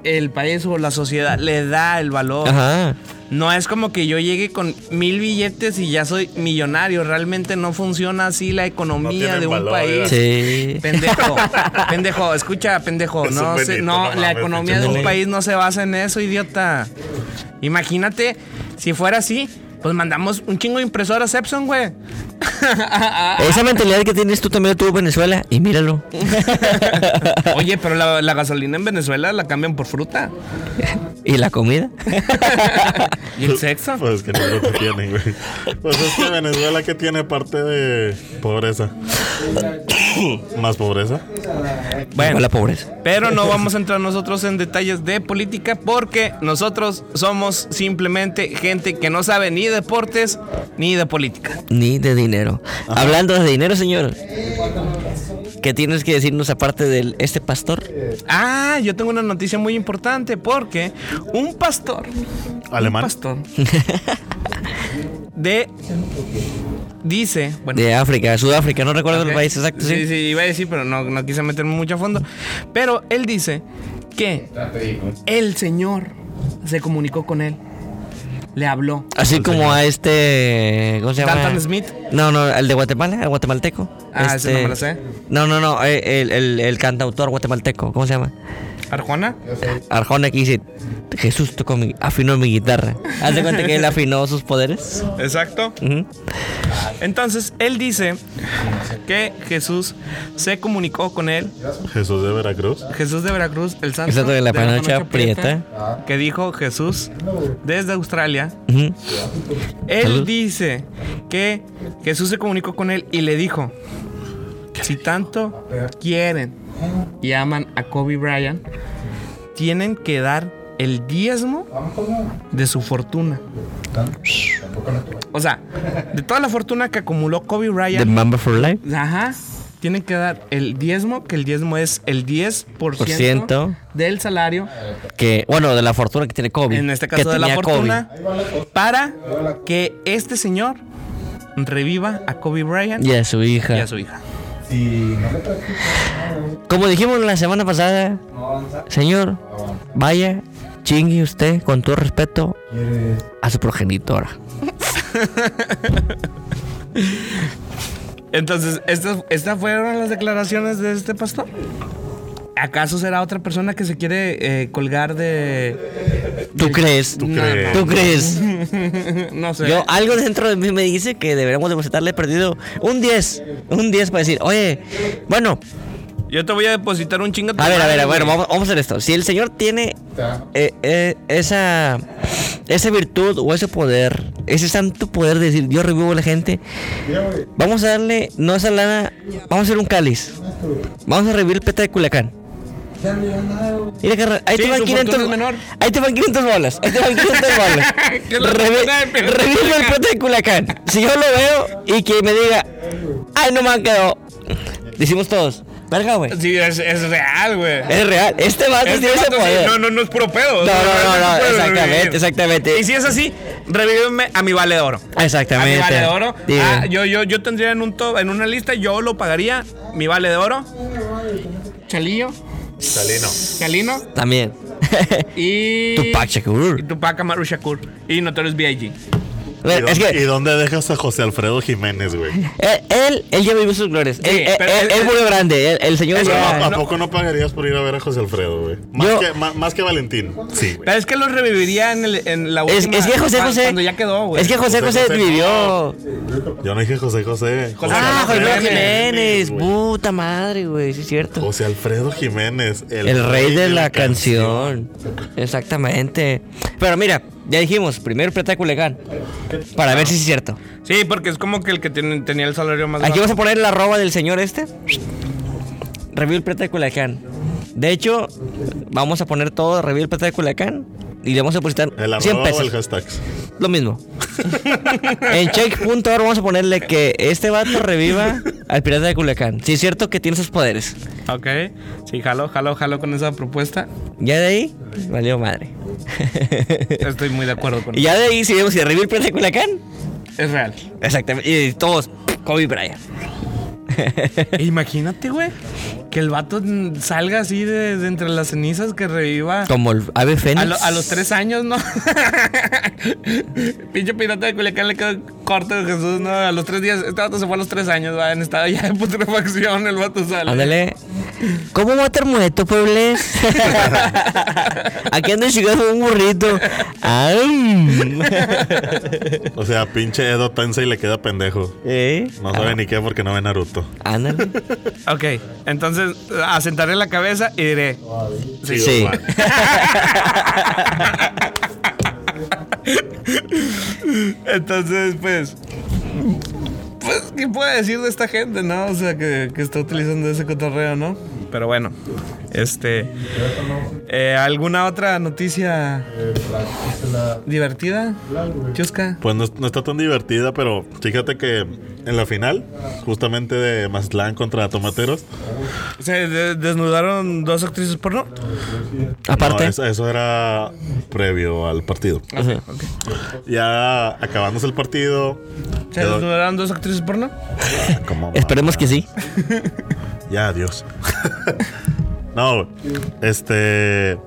D: el país o la sociedad le da el valor.
E: Ajá.
D: No es como que yo llegue con mil billetes y ya soy millonario. Realmente no funciona así la economía
C: tienen
D: de un
C: valor, ¿eh?
D: país.
C: ¿verdad?
E: Sí.
D: Pendejo, pendejo, escucha, pendejo.
C: Es
D: no,
C: un
D: se-
C: Benito,
D: no,
C: no
D: la
C: mames,
D: economía de
C: pinche
D: un
C: joven.
D: país no se basa en eso, idiota. Imagínate, si fuera así, pues mandamos un chingo de impresoras Epson, güey. ah,
E: Esa mentalidad que tienes tú también la tuvo Venezuela. Y míralo.
D: Oye, pero la, la gasolina en Venezuela la cambian por fruta.
E: ¿Y la comida?
D: ¿Y el sexo?
C: Pues que no es lo que tienen, güey. Pues es que Venezuela que tiene parte de pobreza. Más pobreza.
E: Bueno, la pobreza.
D: Pero no vamos a entrar nosotros en detalles de política porque nosotros somos simplemente gente que no sabe ni de deportes ni de política.
E: Ni de dinero. Hablando de dinero, señor. ¿Qué tienes que decirnos aparte de este pastor?
D: Ah, yo tengo una noticia muy importante porque un pastor, un
C: Alemán.
D: pastor de dice, bueno,
E: De África, Sudáfrica, no recuerdo
D: Ok.
E: el país exacto. Sí,
D: Sí, sí, iba a decir, pero no, no quise meterme mucho a fondo. Pero él dice que el Señor se comunicó con él. Le habló.
E: Así como a este. ¿Cómo se llama?
D: Dalton Smith.
E: No, no, el de Guatemala, el guatemalteco. Este,
D: Ah, ese no me lo sé.
E: No, no, no, eh, el, el- el cantautor guatemalteco, ¿cómo se llama?
D: ¿Arjona?
E: Arjona que dice: Jesús tocó mi, afinó mi guitarra. Haz de cuenta que él afinó sus poderes.
D: Exacto.
E: Ujú.
D: Entonces, él dice que Jesús se comunicó con él.
C: Jesús de Veracruz.
D: Jesús de Veracruz, el santo.
E: Exacto, de la
D: panocha
E: panocha prieta.
D: Que dijo Jesús desde Australia.
E: Ujú.
D: Él
E: Salud.
D: dice que Jesús se comunicó con él y le dijo, si tanto quieren y aman a Kobe Bryant, tienen que dar el diezmo de su fortuna. O sea, de toda la fortuna que acumuló Kobe
E: The
D: Bryant,
E: Mamba for Life.
D: ajá, tienen que dar el diezmo, que el diezmo es el 10%
E: ciento.
D: del salario
E: Que, bueno, de la fortuna que tiene Kobe.
D: en este
E: que
D: caso de la
E: tenía
D: fortuna, para que este señor reviva a Kobe Bryant
E: Kobe y a su hija.
D: y a su hija.
E: Como dijimos la semana pasada, señor, vaya, chingue usted con todo respeto a su progenitora.
D: Entonces, estas, estas fueron las declaraciones de este pastor. ¿Acaso será otra persona que se quiere eh, colgar de...
E: ¿Tú
D: del-
E: crees?
C: ¿Tú crees?
E: ¿Tú crees?
D: No sé.
E: Yo, algo dentro de mí me dice que deberíamos depositarle perdido un 10. Un 10 para decir, oye, bueno,
D: Yo te voy a depositar un chingo.
E: a ver, a ver, a ver, vamos, vamos a hacer esto. Si el señor tiene eh, eh, esa, esa virtud o ese poder, ese santo poder de decir, yo revivo a la gente, vamos a darle, no esa lana, vamos a hacer un cáliz. Vamos a revivir el peta de Culiacán. Mira, carnal, ahí,
D: Sí,
E: te van
D: su
E: 500,
D: fortuna es menor.
E: ahí te van 500 bolas. Ahí te van 500 bolas.
D: Que la
E: Revi-
D: peta de Culiacán.
E: Revive el peta de Culiacán. Si yo lo veo y que me diga, ay, no me han quedado. Decimos todos, verga, güey.
D: Sí, es, es real, güey.
E: Es real. Este vato
D: Este
E: tiene ese
D: vato sí,
E: poder.
D: no, no, no es puro
E: No, no,
D: pedo.
E: no, no, exactamente, exactamente.
D: Y si es así, revívenme a mi vale de oro.
E: Exactamente.
D: A mi vale de oro.
E: Sí.
D: Ah, yo, yo, yo tendría en un top, en una lista, yo lo pagaría. Mi vale de oro. Chalillo.
C: Salino.
D: Calino.
E: También.
D: Y.
E: Tupac Shakur.
D: Y Tupac Amaru Shakur. Y Notorious B.I.G.
E: A ver,
C: ¿Y,
E: es
C: dónde, y
E: que
C: dónde dejas a José Alfredo Jiménez, güey?
E: él, él, él ya vivió sus glorias. él, él,
D: pero
E: él-
D: es-
E: él murió grande. Él- el señor.
D: es
E: ya-
D: como-
C: ¿A, a
D: no.
C: poco no pagarías por ir a ver a José Alfredo, güey? Más,
E: Yo-
C: que, ma- más que Valentín. Sí, güey.
D: Pero es que lo reviviría en, el- en la
E: es,
D: última.
E: es que José
D: cu-
E: José.
D: Cuando ya quedó, güey.
E: Es que José José,
C: José José,
E: vivió.
C: Yo no dije José José.
D: José
E: ah, José
D: Alfredo
E: Alfredo Jiménez.
C: güey.
E: Puta madre, güey. Sí, es cierto.
C: José Alfredo Jiménez. El,
E: El rey de la canción. Exactamente. Pero mira, ya dijimos, primero Plata de Culiacán. Para
D: Ah.
E: ver si es cierto.
D: Sí, porque es como que el que tiene- tenía el salario más
E: Aquí
D: bajo.
E: vas a poner la arroba del señor este. Review el Plata de Culiacán. De hecho, vamos a poner todo Review el Plata de Culiacán. Y le vamos a depositar 100
C: El arroba o
E: pesos.
C: el hashtag.
E: Lo mismo. en check.org vamos a ponerle que este vato reviva al pirata de Culiacán. Sí, es cierto que tiene sus poderes.
D: Ok. Sí, jalo, jalo, jalo con esa propuesta.
E: Ya de ahí, valió madre.
D: Estoy muy de acuerdo con
E: y ya de ahí, si vemos si revive el pirata de Culiacán.
D: Es real.
E: Exactamente. Y todos, Kobe Bryant.
D: E Imagínate, güey. Que el vato mm, salga así de, de entre las cenizas, que reviva.
E: Como el ave fénix.
D: A, lo- a los tres años, ¿no? Pinche pirata de Culiacán le quedó corto de Jesús, ¿no? A los tres días, este vato se fue a los tres años, va, en estado ya de putrefacción, el vato sale.
E: Ándale. ¿Cómo va a estar muerto, Puebles? Aquí ando llegando un burrito. Ay.
C: O sea, pinche Edo Tensei le queda pendejo.
E: ¿Eh?
C: No sabe ni qué porque no ve Naruto.
E: Ándale.
D: Ok, entonces asentaré la cabeza y diré.
E: Sí.
C: va.
D: Entonces, pues. Pues, ¿qué puedo decir de esta gente, no? O sea, que, que está utilizando ese cotorreo, ¿no? Pero bueno, este. eh, ¿Alguna otra noticia divertida? Chusca.
C: Pues no, no está tan divertida, pero fíjate que en la final, justamente de Mazatlán contra Tomateros,
D: ¿Se de- desnudaron dos actrices porno?
E: Aparte.
C: no, eso, eso era previo al partido.
E: Ujú.
C: Ya acabándose el partido,
D: ¿Se
C: quedó-
D: desnudaron dos actrices porno?
C: como
E: Esperemos que sí.
C: Ya, adiós. no, este.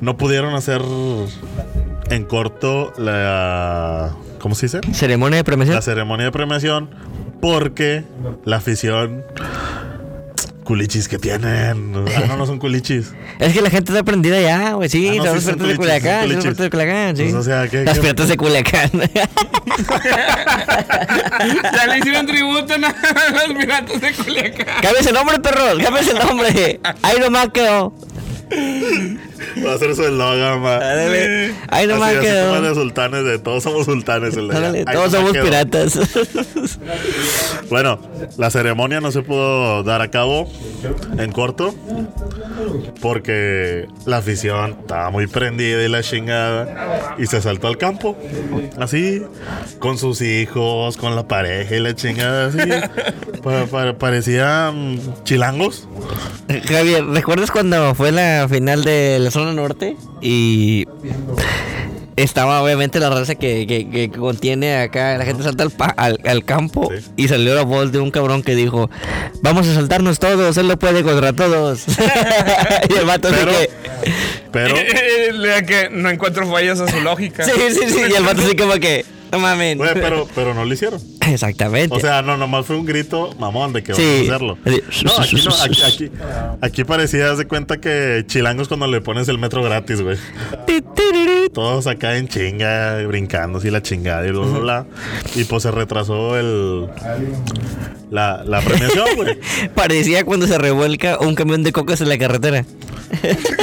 C: No pudieron hacer en corto la. ¿Cómo se dice?
E: Ceremonia de premiación.
C: La ceremonia de premiación porque la afición. Culichis que tienen. Ah, no, no son culichis.
E: Es que la gente está prendida ya, güey. Sí,
C: Ah, no,
E: son los
C: sí, son
E: piratas de
C: culichis, son
E: Culiacán. Son los
C: culichis.
E: piratas de Culiacán, sí.
C: Pues, o sea, ¿qué-
E: Las
C: qué-
E: piratas de Culiacán.
D: ya le hicieron tributo ¿no? a los piratas de Culiacán.
E: Cámbiese el nombre, perros. Cámbiese el nombre. Ahí nomás quedó.
C: Va a ser su eslogan, ma.
E: Ándale. Ahí nomás
C: Eh, Así- así
E: quedó.
C: como de sultanes, de todos somos sultanes. el de allá.
E: Ándale,
C: Ahí
E: Todos
C: nomás
E: somos
C: quedó.
E: piratas.
C: Bueno, la ceremonia no se pudo dar a cabo en corto porque la afición estaba muy prendida y la chingada y se saltó al campo. Así, con sus hijos, con la pareja y la chingada, así. Pa- pa- parecían chilangos.
E: Javier, ¿recuerdas cuando fue la final de la zona norte? Y estaba obviamente la raza que, que- que contiene acá, la gente salta al, pa- al, al campo
C: Sí.
E: y salió la voz de un cabrón que dijo, vamos a saltarnos todos, él lo puede contra todos. y el vato así
C: Pero-
E: que...
C: Pero
D: Eh, Le que no encuentro fallas a su lógica.
E: Sí, sí, sí, y el vato así como que... No mames.
C: Güey, pero, pero no lo hicieron.
E: Exactamente.
C: O sea, no, nomás fue un grito mamón de que
E: Sí.
C: vamos a hacerlo.
E: Sí.
C: No, aquí, no, aquí, aquí, aquí parecía, haz de cuenta que chilangos cuando le pones el metro gratis, güey.
E: Ti, tiririt.
C: Todos acá en chinga, brincando así la chingada y bla, bla, bla. Y pues se retrasó el. La, la premiación, güey.
E: Parecía cuando se revuelca un camión de cocas en la carretera.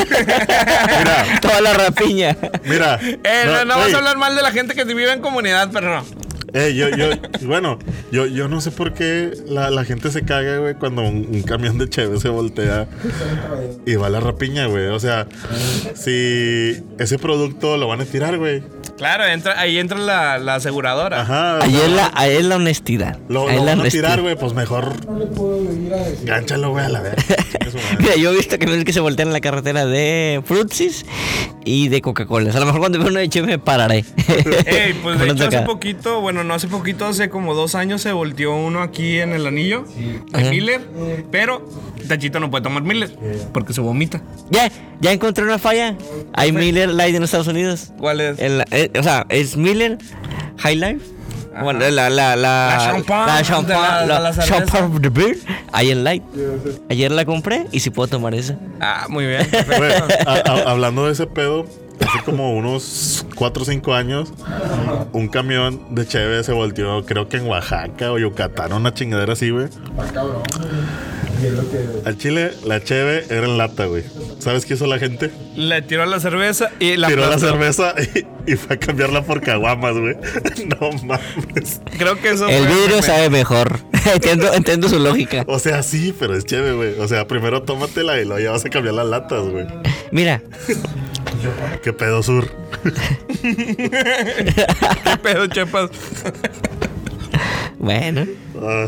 C: Mira.
E: Toda la rapiña.
C: Mira.
D: Eh, no, no, vas
C: ey,
D: a hablar mal de la gente que vive en comunidad, pero no.
C: ey, yo, yo, bueno, yo, yo no sé por qué la, la gente se caga, güey, cuando un, un camión de Cheve se voltea y va la rapiña, güey. O sea, si ese producto lo van a tirar, güey.
D: Claro, entra, ahí entra la, la aseguradora.
C: Ajá. o
E: Ahí
C: sea,
E: es la, ahí es la honestidad.
C: Lo,
E: Ahí es
C: lo
E: la
C: van a
E: honestidad.
C: tirar, güey, pues mejor. Gánchalo, güey, a la verga. Chingue su madre.
E: Mira, yo he visto camiones que se voltean en la carretera de Frutsis y de Coca-Cola. A lo mejor cuando veo uno de Cheve me pararé.
D: Ey, pues de
E: Por
D: hecho hace
E: acá.
D: poquito, bueno, no hace poquito, hace como dos años se volteó uno aquí en el anillo de
E: Ajá.
D: Miller, pero Tachito no puede tomar Miller porque se vomita.
E: Ya, ya encontré una falla. Hay
D: Pues,
E: Miller Light en Estados Unidos.
D: ¿Cuál es?
E: En la- eh, o sea, es Miller High Life. Bueno, la, la, la,
D: La champán
E: la
D: de la-
E: champán,
D: de
E: la,
D: la cerveza.
E: champán de Beer, ahí en Light. Ayer la compré y sí puedo tomar esa.
D: Ah, muy bien.
C: Güey,
D: perfecto.
C: a- a- hablando de ese pedo, hace como unos 4 o 5 años, un camión de Cheve se volteó, creo que en Oaxaca o Yucatán, una chingadera así, güey. Al Chile, la Cheve era en lata, güey. ¿Sabes qué hizo la gente?
D: Le tiró la cerveza y la
C: Tiró la
D: aplastó.
C: cerveza y, y fue a cambiarla por caguamas, güey. No mames.
D: Creo que eso
E: El
D: fue
E: vidrio
D: meme.
E: sabe mejor. entiendo, entiendo su lógica.
C: O sea, sí, pero es Cheve, güey. O sea, primero tómatela y luego ya vas a cambiar las latas, güey.
E: Mira,
C: Qué pedo sur.
D: ¿Qué pedo, chepas?
E: bueno,
C: Ah,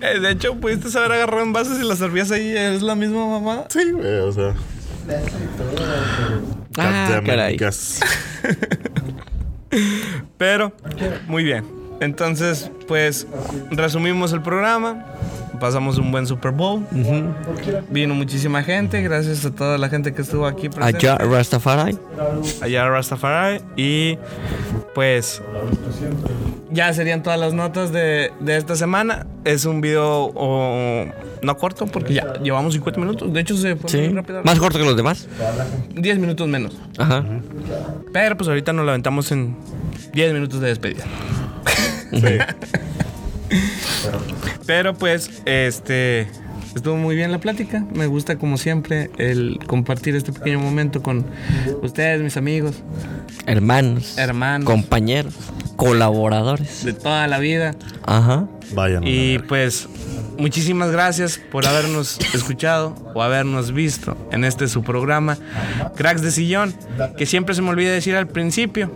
D: Eh, de hecho, pudiste saber agarrar envases y las servías ahí, es la misma mamá.
C: sí, güey, o sea.
E: ah,
C: Goddamn
E: caray.
C: Americas.
D: Pero, muy bien. Entonces, pues, resumimos el programa. pasamos un buen Super Bowl. Vino muchísima gente, gracias a toda la gente que estuvo aquí presente.
E: Allá Rastafari.
D: Allá Rastafari. Y pues ya serían todas las notas de, de esta semana. Es un video o, no corto porque ya llevamos 50 minutos. De hecho se fue
E: Sí.
D: muy rápido.
E: Más corto que los demás.
D: 10 minutos menos.
E: Ajá.
D: Pero pues ahorita nos la aventamos en 10 minutos de despedida. Pero pues, este. Estuvo muy bien la plática. Me gusta, como siempre, el compartir este pequeño momento con ustedes, mis amigos,
E: Hermanos.
D: Hermanos.
E: Compañeros. Colaboradores.
D: de toda la vida.
E: Ajá.
C: Vayan.
D: Y pues, muchísimas gracias por habernos escuchado o habernos visto en este su programa, Cracks de Sillón, que siempre se me olvida decir al principio,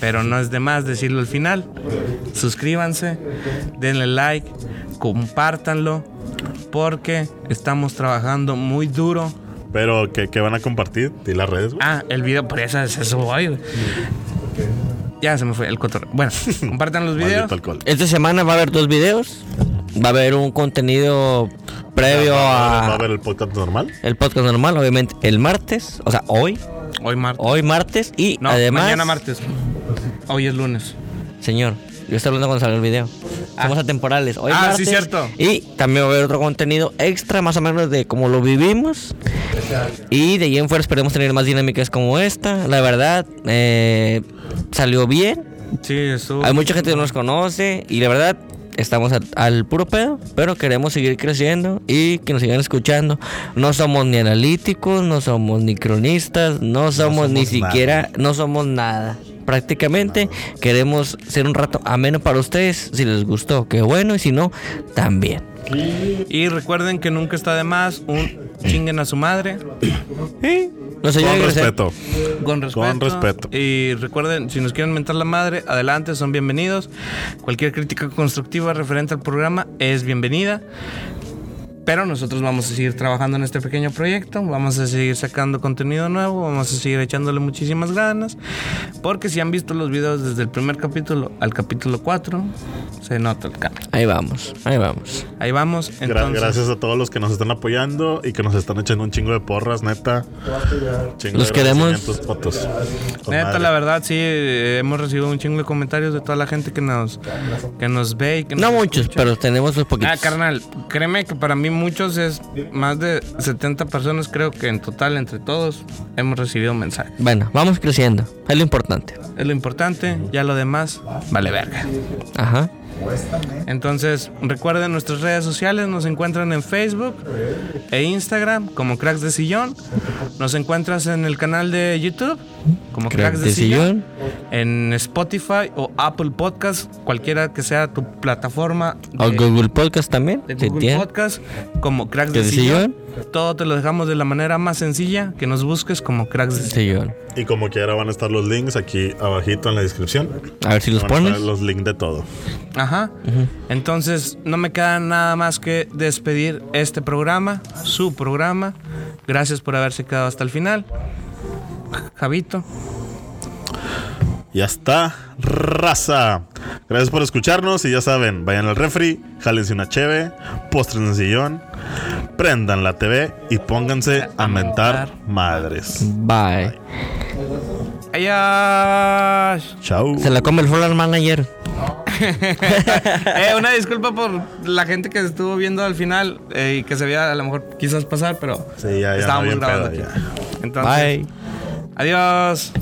D: pero no es de más decirlo al final. Suscríbanse, denle like, compártanlo, porque estamos trabajando muy duro.
C: Pero, ¿qué, qué van a compartir? Di las redes, güey.
D: Ah, el video, por eso es eso, voy, güey. Ya se me fue el cotorreo. Bueno, compartan los videos.
C: Maldito alcohol.
E: Esta semana va a haber dos videos. Va a haber un contenido previo
C: ¿Va a
E: a
C: haber el podcast normal?
E: el podcast normal, obviamente, el martes. O sea, hoy.
D: Hoy martes.
E: Hoy martes. Y
D: No,
E: Oh, además.
D: mañana martes. Hoy es lunes.
E: Señor, yo estoy hablando cuando salga el video. Somos atemporales. Hoy
D: Ah,
E: martes,
D: sí, cierto.
E: Y también va a haber otro contenido extra, más o menos de cómo lo vivimos. Y de ahí en fuera esperemos tener más dinámicas como esta. La verdad, eh, salió bien.
D: Sí, estuvo.
E: Hay mucha gente que no nos conoce y la verdad estamos a- al puro pedo, pero queremos seguir creciendo y que nos sigan escuchando. No somos ni analíticos, no somos ni cronistas, no somos, ni
C: somos nada.
E: siquiera, no somos nada. Prácticamente queremos ser un rato ameno para ustedes. Si les gustó, qué bueno, y si no, también.
D: Y recuerden que nunca está de más un chinguen a su madre.
E: No sé, yo
C: Con
E: regresé.
C: respeto.
D: Con respeto.
C: Con respeto.
D: Y recuerden, si nos quieren mentar la madre, adelante, son bienvenidos. Cualquier crítica constructiva referente al programa es bienvenida. Pero nosotros vamos a seguir trabajando en este pequeño proyecto, vamos a seguir sacando contenido nuevo, vamos a seguir echándole muchísimas ganas, porque si han visto los videos desde el primer capítulo al capítulo 4, se nota el cambio.
E: Ahí vamos, ahí vamos.
D: Ahí vamos.
C: Gra-
D: Entonces,
C: gracias a todos los que nos están apoyando y que nos están echando un chingo de porras, neta. Chingo
E: Los
C: de
E: queremos.
C: agradecimientos, Fotos. Con
D: Neta,
C: madre.
D: la verdad, sí, eh, hemos recibido un chingo de comentarios de toda la gente que nos, que nos ve y que
E: No
D: nos
E: muchos,
D: escucha.
E: pero tenemos los poquitos.
D: Ah, carnal, créeme que para mí muchos es más de 70 personas, creo que en total, entre todos, hemos recibido mensajes.
E: Bueno, vamos creciendo, es lo importante.
D: Es lo importante, ya lo demás, vale verga.
E: Ajá.
D: Entonces, recuerden nuestras redes sociales, nos encuentran en Facebook e Instagram como Cracks de Sillón. Nos encuentras en el canal de YouTube como Cracks, de, Sillón. En Spotify o Apple Podcast, cualquiera que sea tu plataforma
E: O
D: de,
E: Google Podcast también.
D: de
E: si
D: Google
E: tiene.
D: Podcast como Cracks de,
E: ¿De
D: sillón.
E: Sillón?
D: Todo te lo dejamos de la manera más sencilla, que nos busques como Cracks de Sillón.
E: Sillón.
C: Y como quiera van a estar los links aquí abajito en la descripción.
E: A ver si los
C: Van a estar
E: pones.
C: los links de todo.
D: Ajá. Entonces, no me queda nada más que despedir este programa, su programa. Gracias por haberse quedado hasta el final. Javito.
C: Ya está, raza. Gracias por escucharnos y ya saben, vayan al refri, jálense una cheve, postres en el sillón, prendan la TV y pónganse a mentar madres.
E: Bye.
D: Ayash.
C: Chau.
E: Se la come el Florida Manager.
D: Eh, una disculpa por la gente que estuvo viendo al final eh, y que se veía a lo mejor quizás pasar, pero
C: Sí, ya, ya,
D: estábamos
C: no, bien
D: grabando
C: pedo,
D: aquí. Entonces,
E: Bye.
D: adiós.